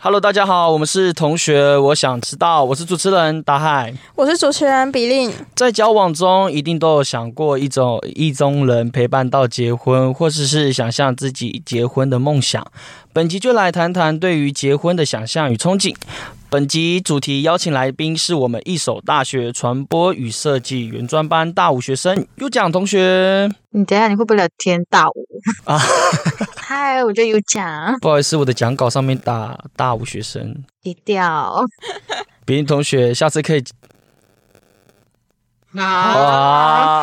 Hello，大家好，我们是同学，我想知道，我是主持人达海。我是主持人比令，在交往中，一定都有想过一种意中人陪伴到结婚，或者是想象自己结婚的梦想。本集就来谈谈对于结婚的想象与憧憬。本集主题邀请来宾是我们一所大学传播与设计原专班大五学生优奖同学。你等一下你会不会聊天大五啊 啊？ 嗨，我就有讲不好意思，我的讲稿上面打大五学生。低调。别人同学，下次可以啊，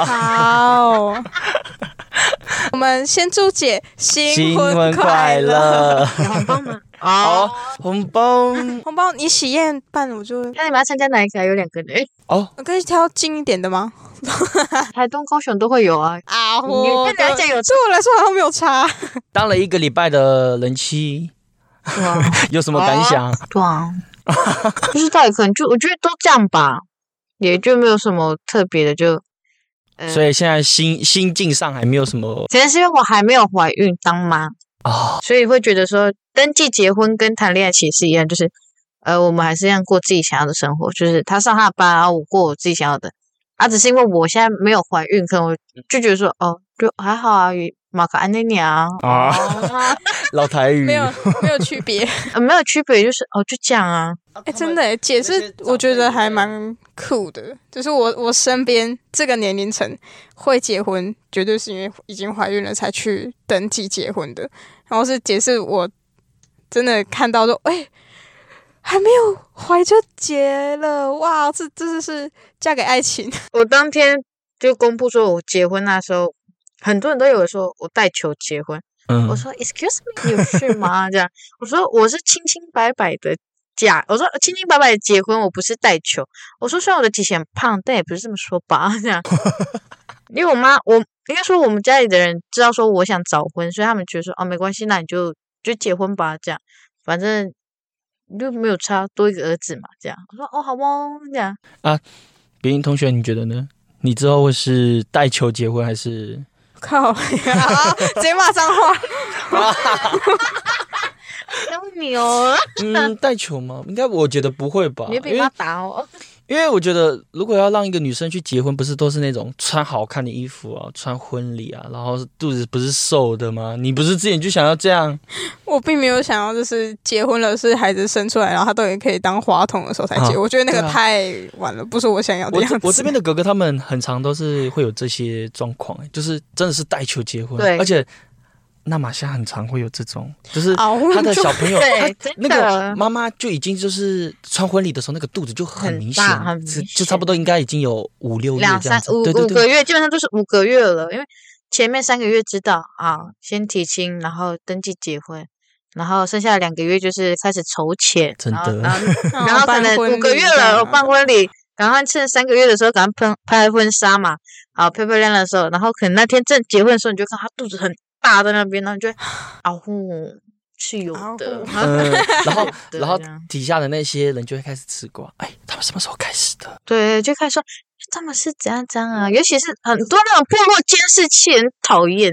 哇，好， 我们先祝姐新婚快乐！乐，有红包吗？好哦，，红包红包你喜宴办，我就那你们要参加哪一个啊？有两个呢，哦，我可以挑近一点的吗？台东、高雄都会有啊。啊你看哪一家有对我来说好像没有差，当了一个礼拜的人妻， 哇？有什么感想？对啊，不知道，可能就我觉得都这样吧，也就没有什么特别的，就嗯所以现在心心境上还没有什么可能是因为我还没有怀孕当妈，哦，所以会觉得说登记结婚跟谈恋爱其实是一样，就是呃，我们还是一样过自己想要的生活，就是他上他的班，然后我过我自己想要的。啊，只是因为我现在没有怀孕，可能我就觉得说，哦，就还好啊，与马克安内尼啊，啊哦老台语没有哎没有区别。 呃没有区别，就是哦，就这样啊，哎，真的耶，姐那些是长辈我觉得还蛮酷的，就是我我身边这个年龄层会结婚，绝对是因为已经怀孕了才去登记结婚的。然后是姐是我真的看到说，哎、还没有怀就结了，哇，这这就是嫁给爱情， 我当天就公布说我结婚那时候，很多人都有说我带球结婚，嗯我说 Excuse me，有事吗？这样，我说我是清清白白的嫁，我说清清白白的结婚，我不是带球。我说虽然我的体型很胖，但也不是这么说吧，这样。因为我妈，我应该说我们家里的人知道说我想早婚，所以他们觉得说哦没关系，那你就就结婚吧，这样，反正就没有差多一个儿子嘛，这样。我说哦好哦，这样。别人同学，你觉得呢？你之后会是带球结婚还是？靠，直接骂脏话， 然后你哦， 嗯，带球吗？应该我觉得不会吧，你会因被为妈打哦。因为我觉得，如果要让一个女生去结婚，不是都是那种穿好看的衣服啊，穿婚礼啊，然后肚子不是瘦的吗？你不是之前就想要这样我并没有想要就是结婚了是孩子生出来，然后他都已经可以当花筒的时候才结，啊我觉得那个对啊太晚了，不是我啊想要的我样子这。我这边的哥哥他们很常都是会有这些状况，欸就是真的是带球结婚，对而且那马夏很常会有这种，就是啊，我他的就小朋友，对他真那的个妈妈就已经就是穿婚礼的时候，那个肚子就很很明显大很，明就显就差不多应该已经有五六月两这三样子五，对对五个对，月，基本上都是五个月了，因为前面三个月知道啊，先提亲，然后登记结婚，然后剩下的两个月就是开始筹钱，真然后的 然后然然后可能五个月了，我办办婚礼，然后趁三个月的时候赶快拍拍婚纱嘛，啊，漂漂亮亮的时候，然后可能那天正结婚的时候，你就看她肚子很大在那边，然后你就会啊呼是有啊的呼，啊 嗯，然后对然后啊底下的那些人就会开始吃瓜，哎，他们什么时候开始的？对，就开始说他们是怎样怎样啊，尤其是很多那种部落监视器很讨厌，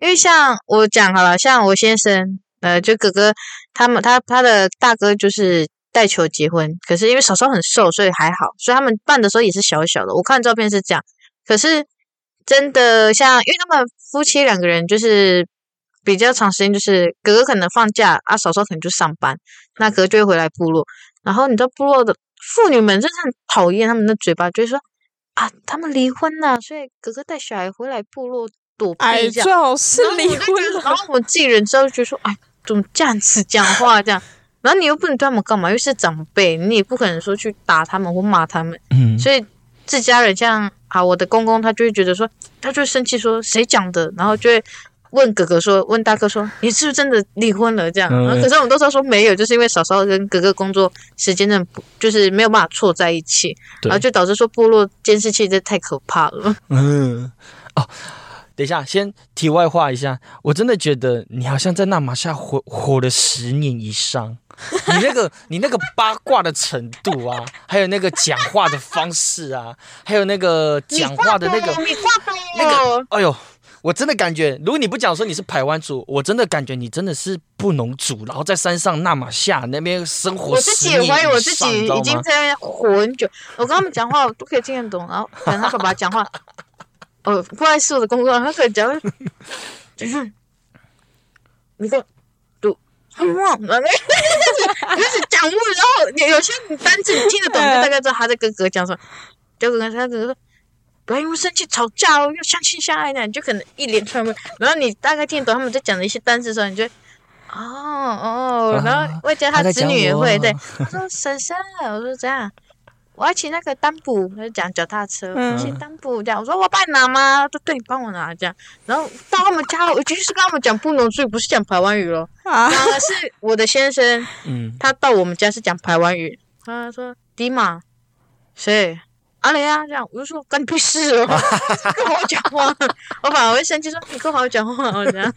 因为像我讲好了，像我先生，呃，就哥哥他们，他他的大哥就是带球结婚，可是因为嫂嫂很瘦，所以还好，所以他们办的时候也是小小的，我看照片是这样，可是真的像，因为他们夫妻两个人就是。比较长时间就是哥哥可能放假啊，嫂嫂可能就上班，那哥哥就会回来部落。然后你知道部落的妇女们真的很讨厌他们的嘴巴，就会说啊，他们离婚了，所以哥哥带小孩回来部落躲哎，避这样。最好是然后离我就觉婚得了。然后我自己人知道就觉得说，哎，怎么这样子讲话这样？然后你又不能对他们干嘛，又是长辈，你也不可能说去打他们或骂他们。嗯，所以自家人像啊，我的公公他就会觉得说，他就会生气说谁讲的，然后就会问哥哥说，问大哥说你是不是真的离婚了这样？嗯然后可是我们都知道说没有，就是因为嫂嫂跟哥哥工作时间真的不就是没有办法错在一起，对然后就导致说部落监视器这太可怕了。嗯，哦，等一下，先题外话一下，我真的觉得你好像在纳马夏活活了十年以上，你那个你那个八卦的程度啊，还有那个讲话的方式啊，还有那个讲话的那个你话多，那个，哎呦，我真的感觉，如果你不讲说你是排湾族，我真的感觉你真的是布农族，然后在山上纳马夏那边生活我自己也10年怀疑我以自上己你知道已经吗在那边活很久。我跟他们讲话，我都可以听得懂，然后可能他爸爸讲话，哦，不好意思，我的工作，他可能讲话，就是你跟我读很忘了， 就是讲不，然后有有些单词你听得懂，就大概知道他在跟哥哥讲什么。结果跟他哥哥说。不要因为生气吵架哦，要相亲相爱呢，你就可能一连串问，然后你大概听得懂他们在讲的一些单词的时候，你就哦啊哦，然后外加他他在子讲女也我会啊 对，他说婶婶，啊我说这样，我要骑那个单步，他就讲脚踏车，嗯骑单步这样。我说我帮你拿吗？他说对，你帮我拿这样。然后到他们家，我就是跟他们讲布农族语，不是讲台湾语咯。 啊，然后是我的先生，嗯，他到我们家是讲台湾语，他说迪玛，谁？阿雷啊，这样我就说干你屁事 哦，跟我好好讲话。我反而会生气说你跟我好好讲话哦，这样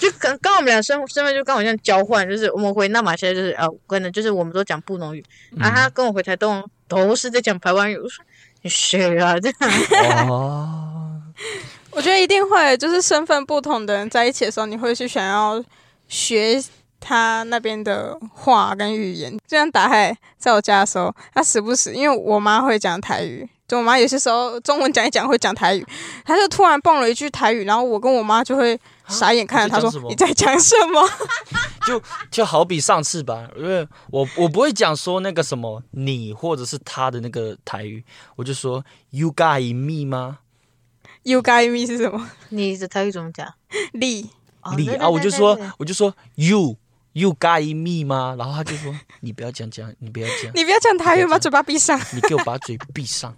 就跟跟我们俩身身份就刚好像交换，就是我们回那马现在就是呃，可能就是我们都讲布农语，嗯啊，他跟我回台东都是在讲台湾语。我说你谁啊？这样哦，我觉得一定会，就是身份不同的人在一起的时候，你会去想要学他那边的话跟语言。就像打海在我家的时候，他时不时因为我妈会讲台语，就我妈有些时候中文讲一讲会讲台语，他就突然蹦了一句台语，然后我跟我妈就会傻眼看着他说 你：“你在讲什么就就好比上次吧，因为我我不会讲说那个什么你或者是他的那个台语，我就说 you got in me 吗？ ？”You got me 是什么？ 你的台语怎么讲？力哦你对对啊，我对就对说对我就说 you you got in me 吗？然后他就说你不要讲讲，你不要讲，你不要讲台 语，把嘴巴闭上。你给我把嘴闭上。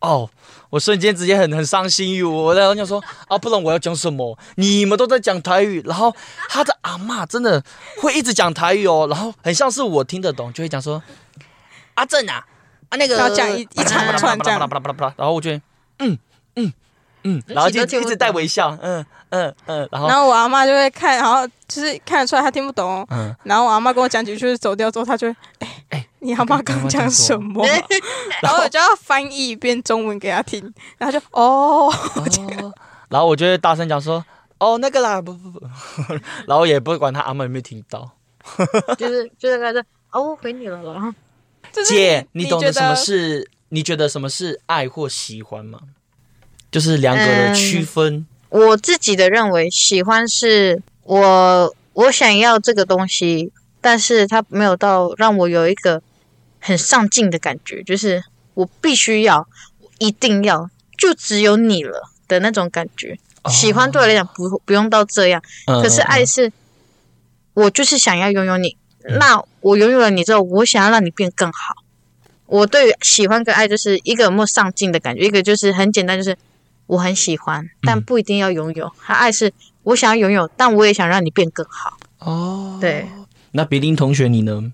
哦，我瞬间直接很很伤心，我我在我想说啊，不然我要讲什么？你们都在讲台语，然后他的阿嬷真的会一直讲台语哦，然后很像是我听得懂，就会讲说阿正啊啊那个，然后讲一一长 串这样巴拉巴拉巴拉巴拉巴拉巴拉巴拉，然后我就嗯嗯嗯，然后就自己都听一不直带懂微笑，嗯嗯嗯，然后然后我阿妈就会看，然后就是看得出来她听不懂。嗯然后我阿妈跟我讲几句，走掉之后，她就会哎、哎你阿妈刚讲什么？ 然后我就要翻译一遍中文给她听，然后就 哦，哦，然后我就会大声讲说哦那个啦不不 不，然后也不管他阿嬷有没有听到。就是就是大概是哦，我回你了啦。就是姐，你你懂觉得什么得是？你觉得什么是爱或喜欢吗？就是两个的嗯区分。我自己的认为，喜欢是我我想要这个东西，但是它没有到让我有一个很上进的感觉，就是我必须要，我一定要，就只有你了的那种感觉。哦喜欢对我来讲不不用到这样，嗯可是爱是，我就是想要拥有你。嗯那我拥有了你之后，我想要让你变更好。我对于喜欢跟爱就是一个有没有上进的感觉，一个就是很简单，就是我很喜欢，嗯但不一定要拥有。他爱是我想要拥有，但我也想让你变更好。哦，对，那别林同学你呢？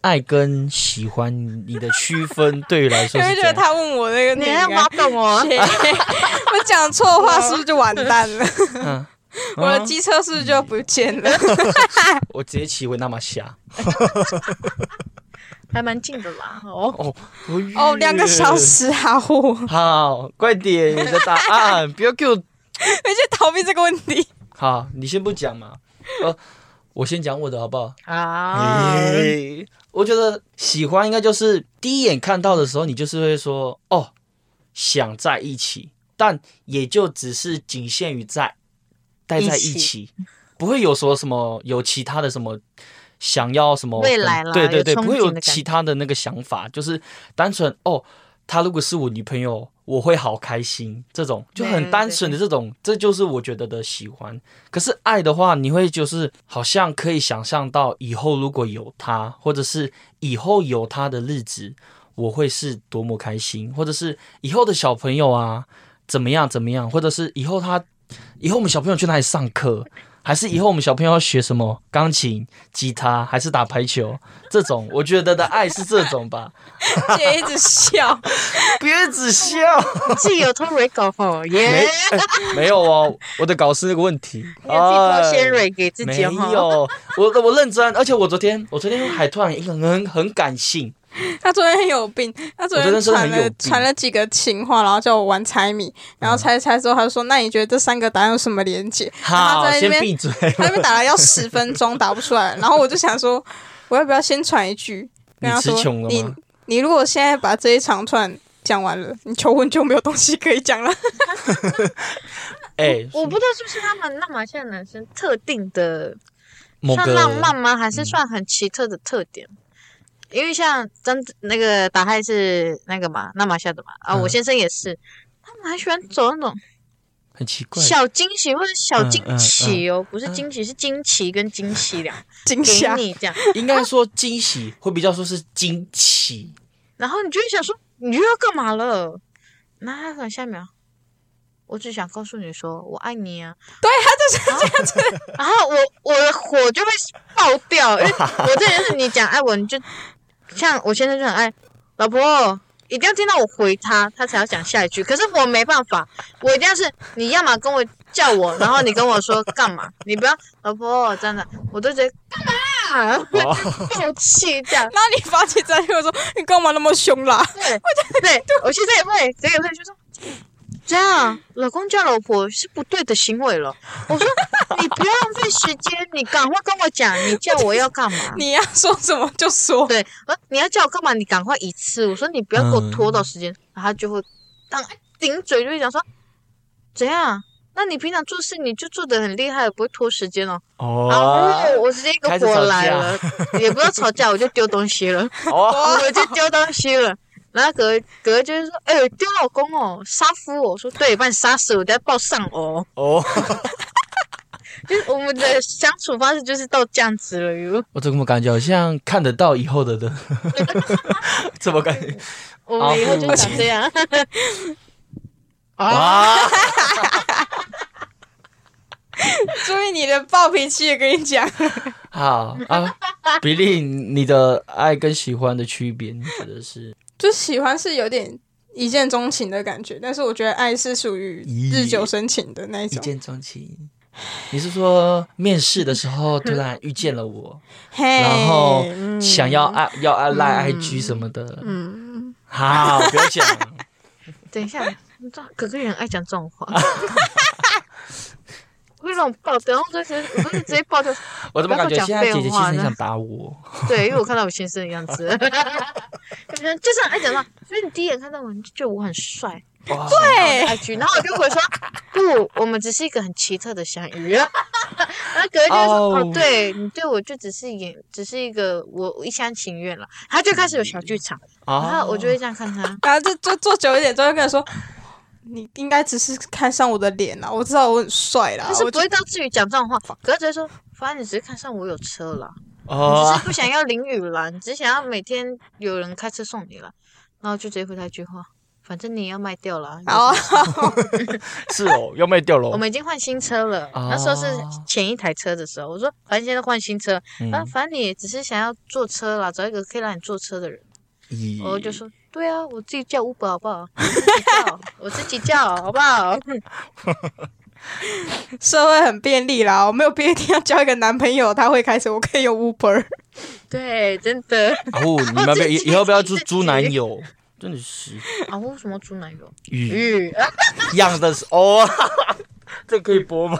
爱跟喜欢，你的区分对于来你说会是觉怎样？得她问我那个你那要个挖洞哦，切 我讲错话是不是就完蛋了？嗯， 我的机车是不是就不见 了？我直接骑维纳玛夏。 还蛮近的啦。哦，哦，哦，两个小。时啊！我 好，快点你的答案， 不要给我我就逃避这个问 题。好，你先不讲嘛。呃，我先讲我的好不好？啊，诶，我觉得喜欢应该就是第一眼看到的时候，你就是会说哦，想在一起，但也就只是仅限于在待在一一起，起不会有说什么有其他的什么。想要什么未来啦对对对，有憧憬不会有的感觉其他的那个想法，就是单纯哦，她如果是我女朋友，我会好开心，这种就对对很单纯的这种，这就是我觉得的喜欢。可是爱的话，你会就是好像可以想象到以后如果有他，或者是以后有他的日子，我会是多么开心，或者是以后的小朋友啊怎么样怎么样，或者是以后他以后我们小朋友去哪里上课，还是以后我们小朋友要学什么钢琴、吉他，还是打排球这种，我觉得的爱是这种 吧，姐一直笑，别只笑。自己有偷蕊搞哦， 没哎耶，没有哦，我的稿是那个问题， 你有自己哎偷些蕊给自没己有哦。， 我我认真，而且我昨天我昨天还突然很很很感性，他昨天很有病，他昨我昨天真天的传很有病了嗯传了几个情话，然后叫我玩猜谜，然后猜一猜之后，他就说：“那你觉得这三个答案有什么连 结？”好，在那先边闭嘴。 他那边打了要十分钟打不出来，然后我就想说，我要不要先传一句跟你他词说穷：“了你吗？你如果现在把这一长串讲完了，你求婚就没有东西可以讲了。 哎，我不知道是不是他们那马线男生特定的某算个浪漫吗？还是嗯算很奇特的特点？因为像真那个打嗨是那个嘛，那马夏的嘛啊，我嗯先生也是，他们还喜欢走那种很奇怪，小惊喜或者小嗯惊嗯奇哦，不是惊喜是惊奇跟惊 喜两惊给吓，你这样，应该说惊喜，会比较说是惊 奇。然后你就会想说你又要干嘛了？然后他可能下一秒，我只想告诉你说我爱你啊。对他就是这样子，然后我我的火就会爆掉，因为我这人是你讲爱我，你就像我先生就很爱老婆。一定要听到我回他，他才要讲下一句。可是我没办法，我一定要是你要么跟我叫我，然后你跟我说干嘛，你不要老婆真的，我都觉得干嘛， 哦，爆气这样。然后你发起战略说：“你干嘛那么凶啦 对对，我现在也会，这也会就说这样，啊老公叫老婆是不对的行为了。我说你不要浪费时间，你赶快跟我讲，你叫我要 干嘛？”？你要说什么就说。对，我说你要叫我干嘛？你赶快一次。我说你不要给我嗯拖到时间，然后他就会当顶嘴就会讲说怎样。啊那你平常做事你就做的很厉害，不会拖时间哦。啊，哦，我直接一个开始火吵来架 了，也不要吵架，我就丢东西了。哦，我就丢东西了。然后哥哥就是说，哎、丢老公哦，杀夫哦。我说对，把你杀死，我等下报上哦。哦，就是我们的相处方式就是到这样子了哟。我怎么感觉好像看得到以后的 人？怎么感觉？我们以后就长这 样。啊，哇， 注意你的暴脾气，也跟你讲，好啊，比利，你的爱跟喜欢的区别，你觉得是？就喜欢是有点一见钟情的感觉，但是我觉得爱是属于日久生情的那一一种。见钟情。你是说面试的时候突然遇见了我，嘿，然后嗯想要哎爱要嗯爱赖 IG 什么的？嗯，好，不要 讲。等一下，你知道哥哥也很爱讲这种 话。会让我爆掉，然后就直接，我就直接爆掉。我怎么感觉现在姐姐其实很不要想打我？对，因为我看到我先生的样子， 就是很爱讲话。所以你第一眼看到我，你就觉得我很帅，哇，对， IG，然后我就回说不，我们只是一个很奇特的相遇。 然后隔天就说哦哦，对你对我就只是演，只是一个我我一厢情愿了。他就开始有小剧场，嗯然啊后我就会这样看他。然后就就坐久一点之后，就跟他说。你应该只是看上我的脸啦，我知道我很帅啦但我是，不就会到至于讲这种话，可是只是说，反正你只是看上我有车了，你只哦是，不想要淋雨了，你只想要每天有人开车送你了，然后就直接回他一句话，反正你也要卖掉了。有什么哦，是哦，要卖掉了我们已经换新车了，哦那时候是前一台车的时候，我说反正现在换新车，嗯啊，反正你也只是想要坐车啦，找一个可以让你坐车的人。咦我就说，对啊，我自己叫 Uber 好不 好？我自己叫，我自己叫好不好？社会很便利啦，我没有必定要交一个男朋友，他会开始，我可以用 Uber。 对，真的。哦，你们要不 要以以后不要猪自己猪男友，真的是啊，为什么猪奶油？鱼鱼啊，养的是哦， 这可以播吗？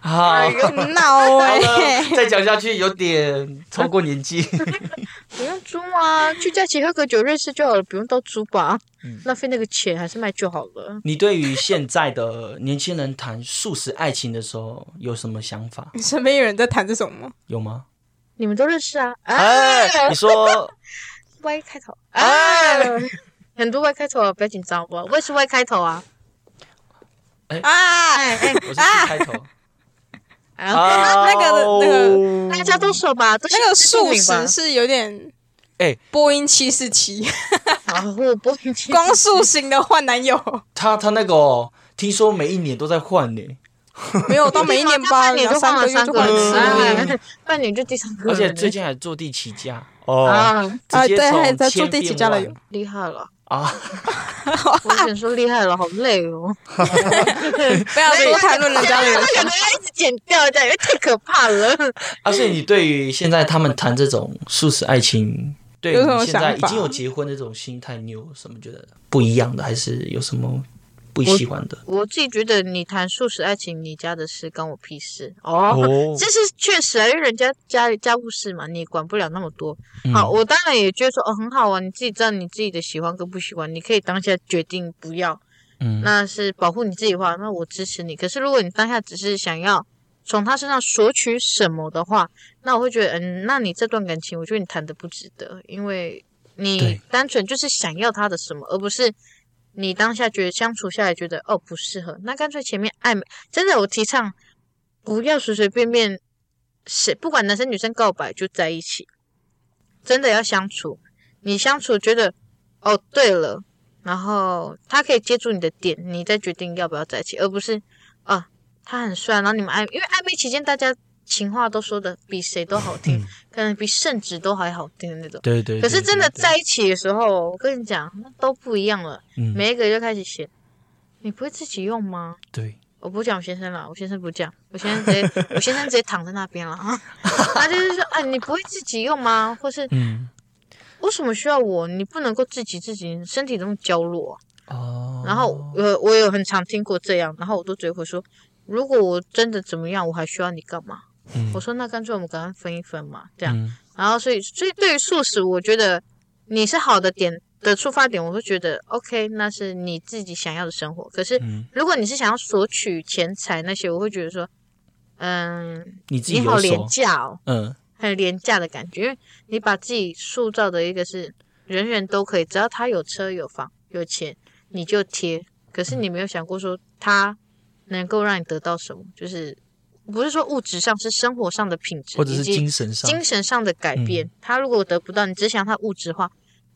好，哎呦闹好哎、了再讲下去有点超过年纪。不用猪啊，去假期喝个酒认识就好了，不用到猪吧嗯，浪费那个钱还是卖就好了。你对于现在的年轻人谈素食爱情的时候有什么想法？你身边有人在谈这种吗？有吗？你们都认识啊？哎哎，你说 Y 开头，哎，很多 Y 开头啊，不要紧张好不好？我也是 Y 开头啊，啊，哎哎，我是 C 开头啊啊那个那个大家都熟吧？都是嗯那个知名素食吧是有点，哎波音七四七， 啊，我不会去光速型的换男友，他他那个哦，听说每一年都在换呢、 没有到每一年吧， 半年两就三换个了月三就个换一次。嗯哎半年就第三个了，而且呃最近还坐地起价哦，啊直接啊对还从在千坐地起价了有变万厉害了，啊， 我只能说厉害了，好累哦，不要多谈论 人家的人可能要一直剪掉这样，因为太可怕了。啊而且你对于现在他们谈这种素食爱情，对有什么你现在想已法经有结婚的这种心态，你有什么觉得不一样的，还是有什么不喜欢的？我自己觉得你谈素食爱情，你家的事关我屁事哦。哦这是确实啊，因为人家家里家务事嘛，你也管不了那么多。好，嗯我当然也觉得说，哦，很好啊，你自己知道你自己的喜欢跟不喜欢，你可以当下决定不要，嗯那是保护你自己的话，那我支持你。可是如果你当下只是想要从他身上索取什么的话，那我会觉得，嗯，那你这段感情，我觉得你谈的不值得，因为你对单纯就是想要他的什么，而不是你当下觉得相处下来觉得哦不适合，那干脆前面暧昧。真的，我提倡不要随随便便谁，不管男生女生告白就在一起，真的要相处。你相处觉得哦对了，然后他可以接住你的点，你再决定要不要在一起，而不是啊他很帅，然后你们暧，因为暧昧期间大家情话都说的比谁都好听，可能比圣旨都还好听的那种。对嗯对对，可是真的对对在一起的时候，我跟你讲，那都不一样了。嗯每一个就开始写，你不会自己用吗？对，我不讲我先生了，我先生不讲，我先生直接，我先生直接躺在那边了。啊 他就是说，啊，你不会自己用吗？或是嗯为什么需要我？你不能够自己自己，你身体那么娇弱啊、哦，然后我我有很常听过这样，然后我都直接回说，如果我真的怎么样，我还需要你干嘛？嗯我说那干脆我们赶快分一分嘛，这样。嗯然后所以所以对于素食，我觉得你是好的点的出发点，我会觉得 OK，那是你自己想要的生活。可是嗯，如果你是想要索取钱财那些，我会觉得说，嗯，你自己你好有廉所价哦，嗯很廉价的感觉，因为你把自己塑造的一个是人人都可以，只要他有车有房有钱，你就贴。可是你没有想过说他能够让你得到什么，就是不是说物质上，是生活上的品质，或者以是及精神上精神上的改变。嗯他如果得不到，你只想他物质化，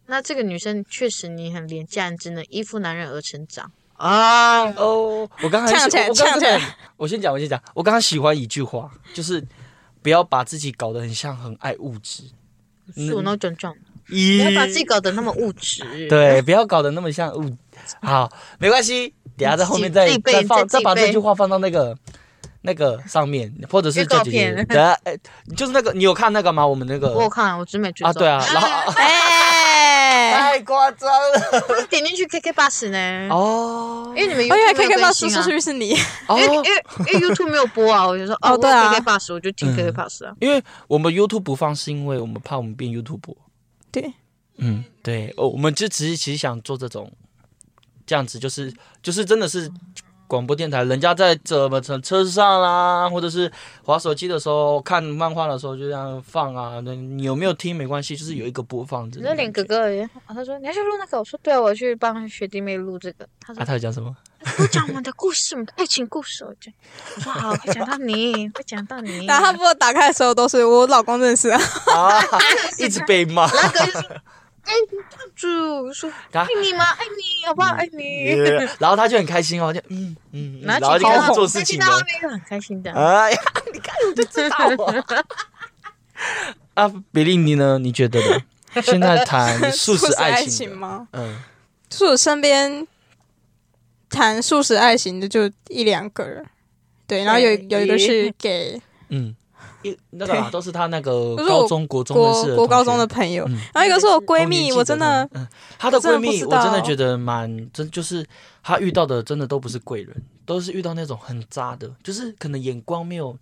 那这个女生确实你很廉价，你只能依附男人而成长啊。哦，我刚才呛起来我刚才呛起来 我先讲，我先讲，我刚刚喜欢一句话，就是不要把自己搞得很像很爱物质，嗯是我那种种，不不要把自己搞得那么物 质。，对，不要搞得那么像物。好，没关系，等下在后面再自己背再放，自再己把这背句话放到那个那个上面，或者是预告叫姐姐。片等下，哎、就是那个，你有看那个吗？我们那个我有看我真没追啊，踪对啊，然后哎，太夸张了点进去 KK Bus 呢，哦因为你们我以为 YouTube 没 KK 有更老师新出啊。去是你，因为哦，因为因为 YouTube 没有播啊，我就说哦哦，对啊我有 KK Bus 我就嗯听 KK Bus 啊。因为我们 YouTube 不放，是因为我们怕我们变 YouTube。对，嗯，对，哦，我们就只是其实想做这种，这样子就是就是真的是广播电台，人家在怎么车车上啦，或者是滑手机的时候看漫画的时候就这样放啊，那你有没有听没关系，就是有一个播放着你的感说觉。连哥哥也，啊他说你要去录那个，我说对啊，我要去帮学弟妹录这个。他说啊，他在讲什 么？不讲我们的故事，我们的爱情故事，哦我讲，我说好，会讲到你，会讲到你。然后他不过打开的时候都是我老公认识啊，啊，一直被 骂。那个就说，哎，公主，我说他爱你吗？爱你，好不嗯好？爱你。然后他就很开心哦，就嗯嗯，嗯然然后后其就他开始做事情其他了画。面就很开心的。哎呀，你看我就知道啊。啊，比利你呢？你觉得呢？现在谈素 食食爱爱情的情？吗？嗯，就是我身边谈素食爱情的就一两个人，对，然后有有一个是给嗯，一那个啊啦，都是他那个可是我高中、国中认国识的国高同中学的朋友嗯，然后一个是我闺同年蜜，纪我真的的，嗯，她的真的闺不蜜，知我真的道觉得蛮真，就是她遇到的真的都不是贵人，都是遇到那种很渣的，就是可能眼光没有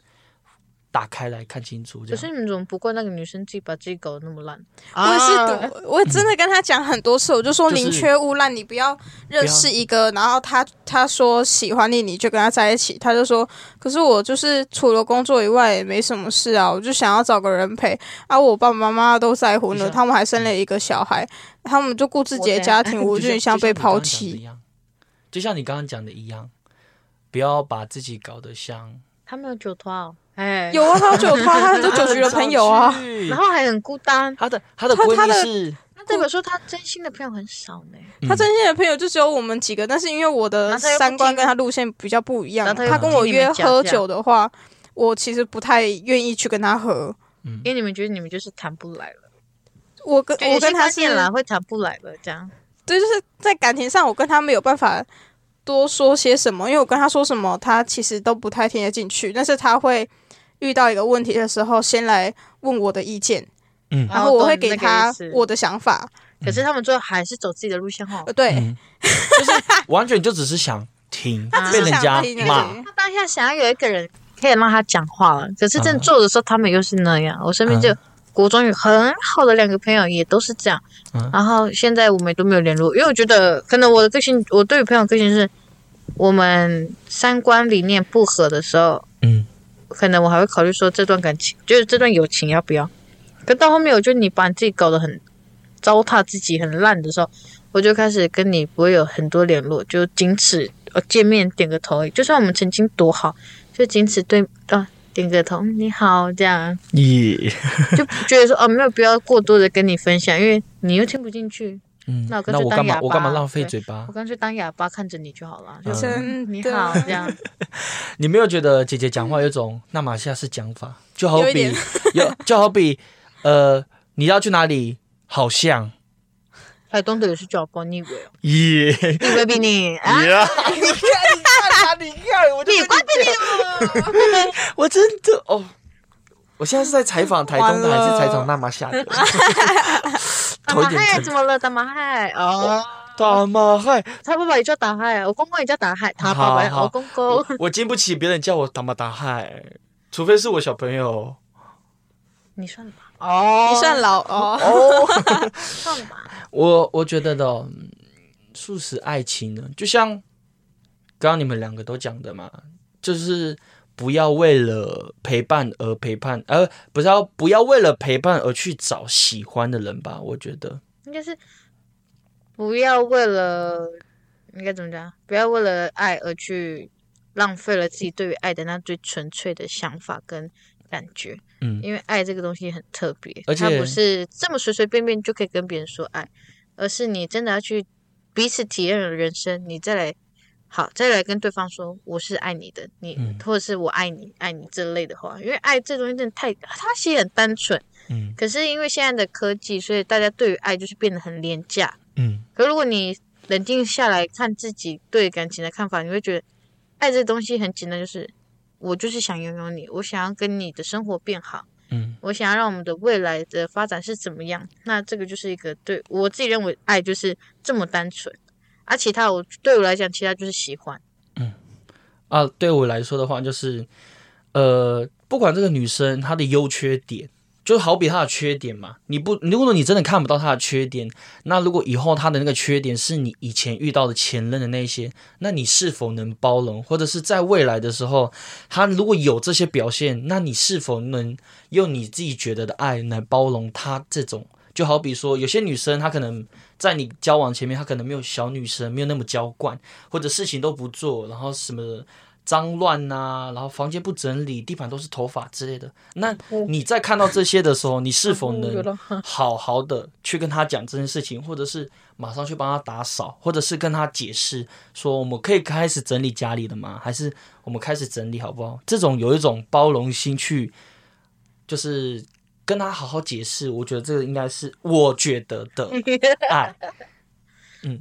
打开来看清楚这可样是。你们怎么不怪那个女生自己把自己搞得那么烂？我是啊我我真的跟他讲很多次，我就说就是宁缺毋滥，你不要认识一个，然后他他说喜欢你，你就跟他在一起。他就说，可是我就是除了工作以外也没什么事啊，我就想要找个人陪啊。我爸爸妈妈都再婚就像了，他们还生了一个小孩，他们就顾自己的家庭，我我就就很像被抛弃。样，就像你刚刚讲的一样，不要把自己搞得像他没有酒托哦，哎，有啊，他有酒托，他很多酒局的朋友啊。然后还很孤单，她的她的她她闺蜜的是那代表说他真心的朋友很少呢。嗯他真心的朋友就只有我们几个，但是因为我的然后他又不三观听跟他路线比较不一样，然后他又不跟我听你们约讲喝这样酒的话，我其实不太愿意去跟他喝。嗯因为你们觉得你们就是谈不来了，我跟我跟他发是，现了会谈不来了，这样对，就是在感情上，我跟他没有办法多说些什么，因为我跟他说什么，他其实都不太听得进去。但是他会遇到一个问题的时候，先来问我的意见，嗯然后我会哦给对那个他意思我的想法，可是他们最后还是走自己的路线哦呃，。对，嗯，就是完全就只是想听 他，被只是人想家听骂而，已。他当下想要有一个人可以让他讲话了，可是正嗯做的时候，他们又是那样。我身边嗯就有国中有很好的两个朋友也都是这样，嗯然后现在我们都没有联络，因为我觉得可能我的个性，我对于朋友的个性是，我们三观理念不合的时候，嗯，可能我还会考虑说这段感情，就是这段友情要不要。可到后面，我觉得你把你自己搞得很糟蹋，自己很烂的时候，我就开始跟你不会有很多联络，就仅此呃见面点个头而已。就算我们曾经多好，就仅此对啊点个头，嗯你好这样，咦，就觉得说哦没有必要过多的跟你分享，因为你又听不进去，嗯，那我干脆那我当干嘛哑巴我干嘛浪费对嘴巴我？干脆当哑巴看着你就好了。就嗯真你的好这样，你没有觉得姐姐讲话有种那马下是讲法，就好有一比点有就好比呃，你要去哪里？好像台东的也是叫包，你以为哦？耶， 你以为比你啊？你看你看他，你看我就你跟关讲闭你！我真的哦，我现在是在采访台东的，完了还是采访那马下的？头有点打马嗨啊疼怎。么了？打马嗨哦，大马嗨，他爸爸也叫打嗨，啊我公公也叫打嗨，他爸爸也好好我公公。我经不起别人叫我大马大嗨，除非是我小朋友你算吧，哦你算老哦，哦。 算吧，我我觉得的哦，嗯素食爱情呢，就像刚刚你们两个都讲的嘛，就是不要为了陪伴而陪伴，呃，不是要不要为了陪伴而去找喜欢的人吧？我觉得，应该是不要为了应该怎么讲？啊不要为了爱而去浪费了自己对于爱的那最纯粹的想法跟感觉，嗯因为爱这个东西很特别，而它且不是这么随随便便就可以跟别人说爱，而是你真的要去彼此体验了人生，你再来。好，再来跟对方说我是爱你的，你、嗯或者是我爱你，爱你这类的话，因为爱这东西真的太，它其实很单纯，嗯可是因为现在的科技，所以大家对于爱就是变得很廉价。嗯可如果你冷静下来看自己对感情的看法，你会觉得爱这东西很简单，就是我就是想拥有你，我想要跟你的生活变好，嗯我想要让我们的未来的发展是怎么样。那这个就是一个对我自己认为爱就是这么单纯，而其他我对我来讲，其他就是喜欢。啊，对我来说的话，就是呃，不管这个女生她的优缺点。就好比她的缺点嘛，你不，如果你真的看不到她的缺点，那如果以后她的那个缺点是你以前遇到的前任的那些，那你是否能包容，或者是在未来的时候，他如果有这些表现，那你是否能用你自己觉得的爱来包容他这种？就好比说，有些女生她可能在你交往前面，她可能没有小女生没有那么娇惯，或者事情都不做，然后什么脏乱呐、然后房间不整理，地板都是头发之类的。那你在看到这些的时候，你是否能哦有了好好的去跟他讲这件事情，或者是马上去帮他打扫，或者是跟他解释说我们可以开始整理家里了吗？还是我们开始整理好不好？这种有一种包容心去，就是跟他好好解释，我觉得这个应该是我觉得 的爱，嗯，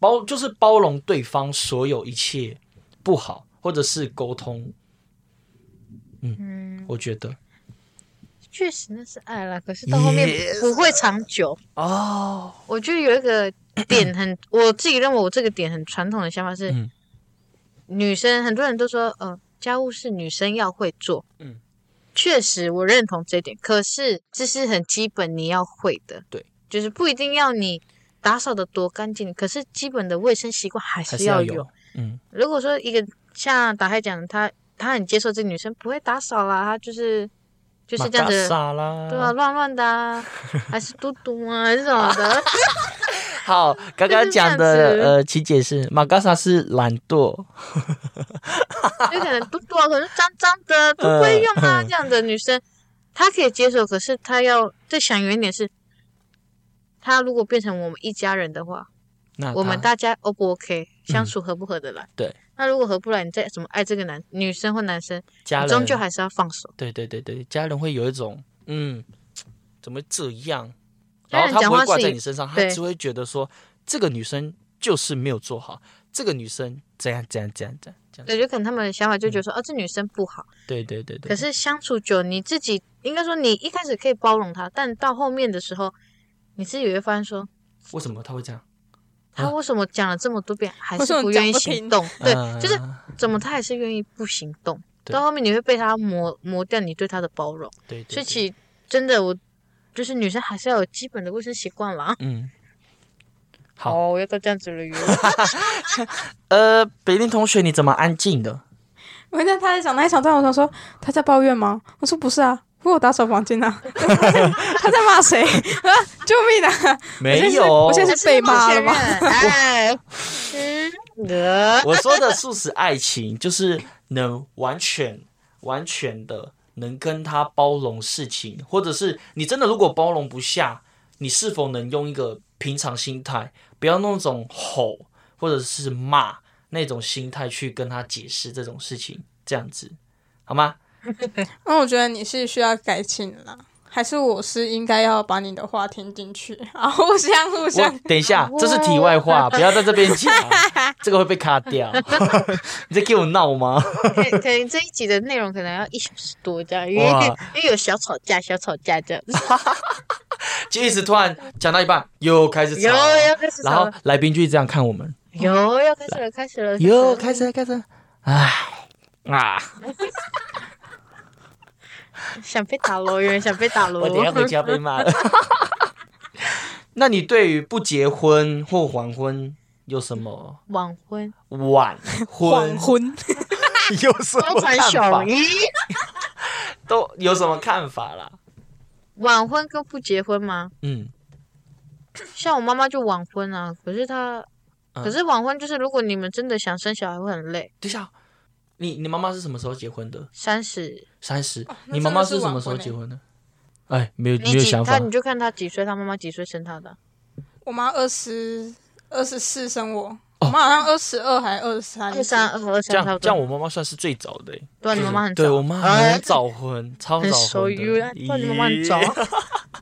包就是包容对方所有一切不好，或者是沟通，嗯，我觉得确实那是爱啦，可是到后面 Yes 不会长久。哦，我觉得有一个点很，我自己认为我这个点很传统的想法是，嗯女生很多人都说，呃，家务事女生要会做。嗯，确实我认同这一点，可是这是很基本你要会的。对，就是不一定要你打扫的多干净，可是基本的卫生习惯还还是是要要有。有，嗯如果说一个像打开讲，他他很接受这个女生不会打扫啦，她就是就是这样玛子莎。莎啦，对啊，乱乱 的、啊，还是嘟嘟啊，还是什么的，好，刚刚讲就是的这样子呃，琪姐是马嘎萨是懒惰，就可能嘟嘟啊，可能脏脏的不会用啊，嗯这样的女生，她可以接受，可是她要再想远一点是，她如果变成我们一家人的话，那我们她嗯大家 O 不 OK，相处合不合得来？对。那如果合不来，你再怎么爱这个男女生或男生，家你人终究还是要放手。对对对对，家人会有一种嗯，怎么这样？家然后人他讲不话会怪是在以你身上，他对只会觉得说这个女生就是没有做好，这个女生怎样怎样怎样怎样。这样。对，就可能他们的想法就觉得说，哦，这女生不好。对对对对。可是相处久，你自己应该说你一开始可以包容她，但到后面的时候，你自己会发现说，为什么他会这样？啊她为什么讲了这么多遍还为什是么不愿意讲不听 行动？对，嗯就是怎么她还是愿意不行动？对到后面你会被她磨磨掉你对她的包容。对对所对。以其实真的我。就是女生还是要有基本的卫生习惯啦。嗯，好哦，我要到这样子了哟。 呃，北林同学，你怎么安静的？我在他在讲那一场段，我想说他在抱怨吗？我说不是啊，我有打扫房间啊。 他在骂谁 啊？救命啊！没我现在还是被骂了前任吗？哎，嗯，的，我说的素食爱情，就是能完全、完全的能跟他包容事情，或者是你真的如果包容不下，你是否能用一个平常心态，不要那种吼或者是骂那种心态去跟他解释这种事情，这样子好吗？那我觉得你是需要改进的啦，还是我是应该要把你的话听进去 啊？互相互我相，等一下，这是题外话，不要在这边讲，这个会被卡掉。 你在给我闹吗？可以可以，这一集的内容可能要一小时多这样，因为哇因为有小吵架，小吵架这样子。就一直突然讲到一半，又开始吵，有要开始然吵后了，来宾就这样看我们，有要开始了，开始了，哟，开开始了开始了，唉啊，始了想被打咯，有人 想被打咯。我等一下回家被骂了。 那你对于不结婚或晚婚有什么晚婚，晚黄婚昏，有什高么传看小法？咦，都有什么看法啦？晚婚跟不结婚吗？嗯，像我妈妈就晚婚啊，可是她。嗯可是晚婚就是，如果你们真的想生小孩，会很累。等一下，你你妈妈是什么时候结婚的？三十，三十，那你妈妈真的是什么时候晚婚欸结婚的？哎，没有没你有几想她法你，就看她几岁，她妈妈几岁生她的啊。我妈二十二十四生我，我妈好像二十二还二三，二三二二这三差样不这样，多。我妈妈算是最早的欸。对啊，你妈妈很早。对我妈哎很早婚，超很早熟婚的。于啊，对啊你妈妈很早啊。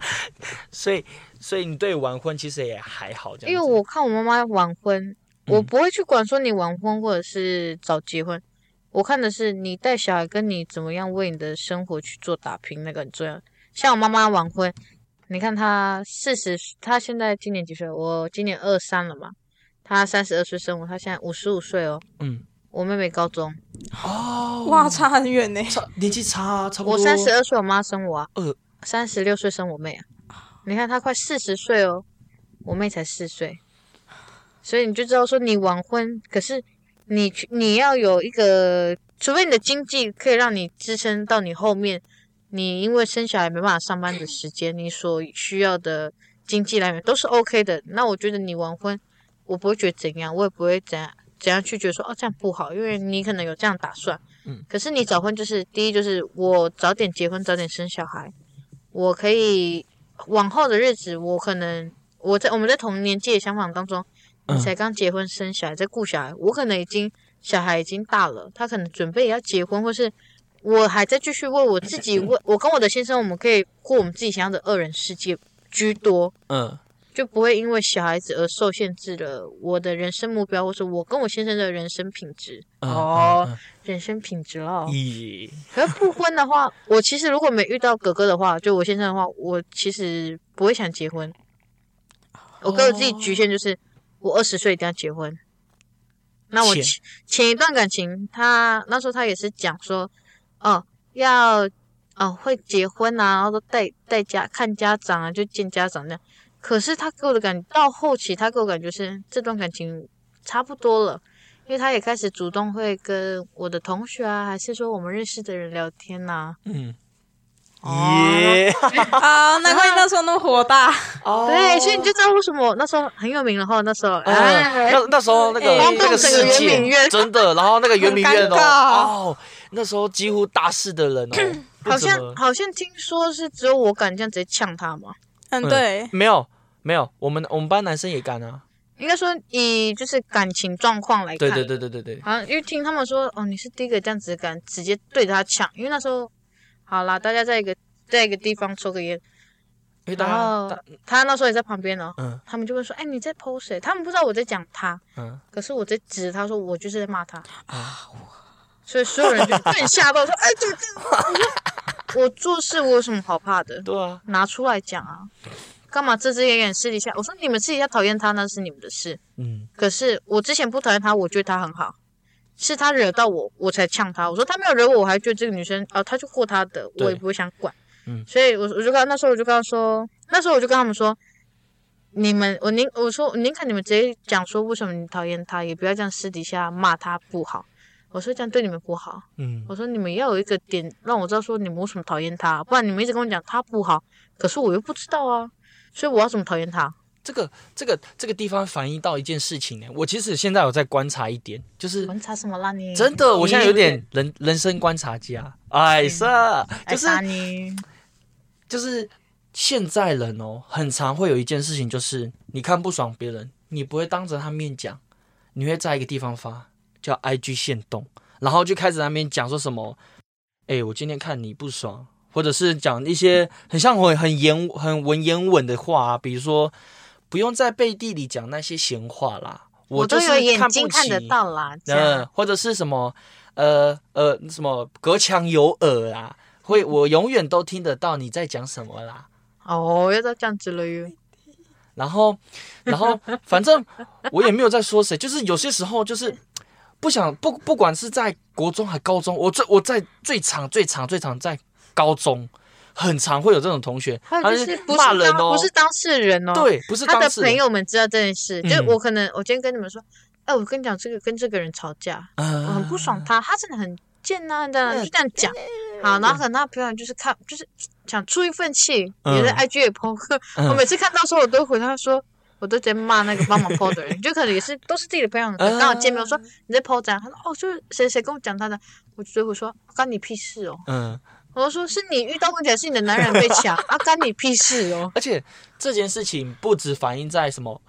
所以，所以你对晚婚其实也还好，这样因为子嗯我看我妈妈晚婚，我不会去管说你晚婚或者是早结婚，我看的是你带小孩跟你怎么样为你的生活去做打拼，那个很重要。像我妈妈晚婚，你看她四十，她现在今年几岁？我今年二三了嘛，她三十二岁生我，她现在五十五岁哦。嗯，我妹妹高中，哦，哇，差很远呢。差年纪差啊差不我多。三十二岁，我妈生我啊呃，三十六岁生我妹啊。你看她快四十岁哦，我妹才四岁，所以你就知道说你晚婚，可是你去你要有一个，除非你的经济可以让你支撑到你后面，你因为生小孩没办法上班的时间，你所需要的经济来源都是 OK 的。那我觉得你晚婚，我不会觉得怎样，我也不会怎样怎样去觉得说哦这样不好，因为你可能有这样打算。可是你早婚就是第一就是我早点结婚，早点生小孩，我可以往后的日子，我可能我在我们在同年纪的想法当中，嗯你才刚结婚生小孩，在顾小孩，我可能已经小孩已经大了，他可能准备也要结婚，或是我还在继续为我自己为我跟我的先生，我们可以过我们自己想要的二人世界居多。嗯就不会因为小孩子而受限制了我的人生目标，或是我跟我先生的人生品质。嗯哦，嗯人生品质哦嗯。咦，可是不婚的话，我其实如果没遇到哥哥的话，就我先生的话，我其实不会想结婚。我给我自己局限就是，我二十岁一定要结婚。那我钱前前一段感情，他那时候他也是讲说，哦，要哦会结婚啊，然后都带带家看家长啊，就见家长那样。可是他给我的感到后期，他给我感觉是这段感情差不多了。因为他也开始主动会跟我的同学啊，还是说我们认识的人聊天呐、嗯，哦耶，啊，难怪你那时候那么火大。哦对，所以你就知道为什么我那时候很有名了哈。那时候，嗯哎、那那时候那个哎那个事轰动整个圆件明园真的，然后那个圆明园哦，很尴尬哦，那时候几乎大四的人 哦，好不怎像么好像听说是只有我敢这样直接呛他嘛。嗯，对，没有没有，我们我们班男生也干啊，应该说以就是感情状况来看，对对对对对对，好像因为听他们说，哦，你是第一个这样子敢直接对着他抢，因为那时候，好啦，大家在一个在一个地方抽个烟，因为大然家后大他那时候也在旁边哦，嗯他们就会说：“哎，你在 PO 谁？”他们不知道我在讲他，嗯，可是我在指他说我就是在骂他啊，所以所有人就更吓到说：“哎，怎么这？”我说我做事我有什么好怕的？对啊，拿出来讲啊，干嘛遮遮掩掩私底下？我说你们私底下讨厌他那是你们的事，嗯可是我之前不讨厌他，我觉得他很好，是他惹到我，我才呛他。我说他没有惹我，我还觉得这个女生啊，她就过她的，对我也不会想管。嗯所以我我就跟他那时候我就跟他说，那时候我就跟他们说，你们我宁我说宁可你们直接讲说为什么你讨厌他，也不要这样私底下骂他不好。我说这样对你们不好。嗯我说你们要有一个点让我知道说你们为什么讨厌他，不然你们一直跟我讲他不好，可是我又不知道啊，所以我要怎么讨厌他？这个这个这个地方反映到一件事情呢，我其实现在有在观察一点，就是观察什么啦你？真的，我现在有你点人人生观察家，哎是啊，爱就是打你，就是现在人哦，很常会有一件事情，就是你看不爽别人，你不会当着他面讲，你会在一个地方发，叫 IG 限动，然后就开始在那边讲说什么，哎，我今天看你不爽，或者是讲一些很像我很言很文言文的话、啊，比如说不用在背地里讲那些闲话啦，我就都有是眼看睛不看得起。到啦。这嗯，样或者是什么呃呃什么隔墙有耳啦， 会我永远都听得到你在讲什么啦。哦，要到这样子了哟。然后，然后反正我也没有在说谁，就是有些时候就是不想不不管是在国中还高中，我最我在最长最长最长在高中，很常会有这种同学，还他有就就是不是骂人当哦，不是当事人哦，，对，不是他当的事朋人，友们知道这件事，就是嗯我可能我今天跟你们说，哎，我跟你讲这个跟这个人吵架，我很嗯不爽他，他真的很贱啊呐、嗯这啊样就这样讲。好，然后可能他朋友就是看，就是想出一份气，嗯也在 IG 也 po 过。我每次看到说，我都回他说，我都直接骂那个帮忙 po 的人，就可能也是都是自己的朋友，嗯刚好见面，我说你在 po 怎样？他说哦，就是谁谁跟我讲他的，我就我说干你屁事哦，嗯，我就说是你遇到问题，还是你的男人被抢啊？干你屁事哦！而且这件事情不只反映在什么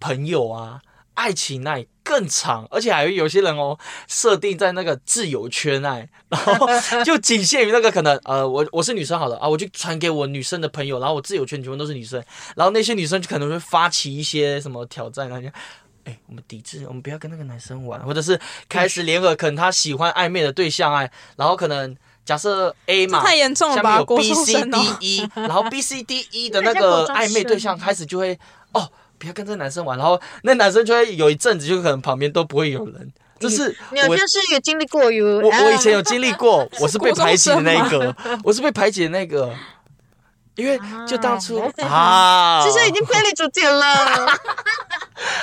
朋友啊、爱情那里更长，而且还有有些人哦，设定在那个挚友圈内， 然后就仅限于那个可能呃，我我是女生好了啊，我就传给我女生的朋友，然后我挚友圈全部都是女生，然后那些女生就可能会发起一些什么挑战，然后就。哎，我们抵制，我们不要跟那个男生玩，或者是开始联合，可能他喜欢暧昧的对象哎，然后可能假设 A 这嘛，太严重了下吧，面有国 B 中 C 生哦 D。E，然后 B C D E 的那人家国个中暧昧对象生开始就会哦，不要跟这个男生玩，然后那男生就会有一阵子就可能旁边都不会有人，这是你有我就是有经历过有，我我以前啊有经历过，我是被国中排挤的生那一吗个，我是被排挤的那个，因为就当啊初我懂啊，这是已经偏离主题了，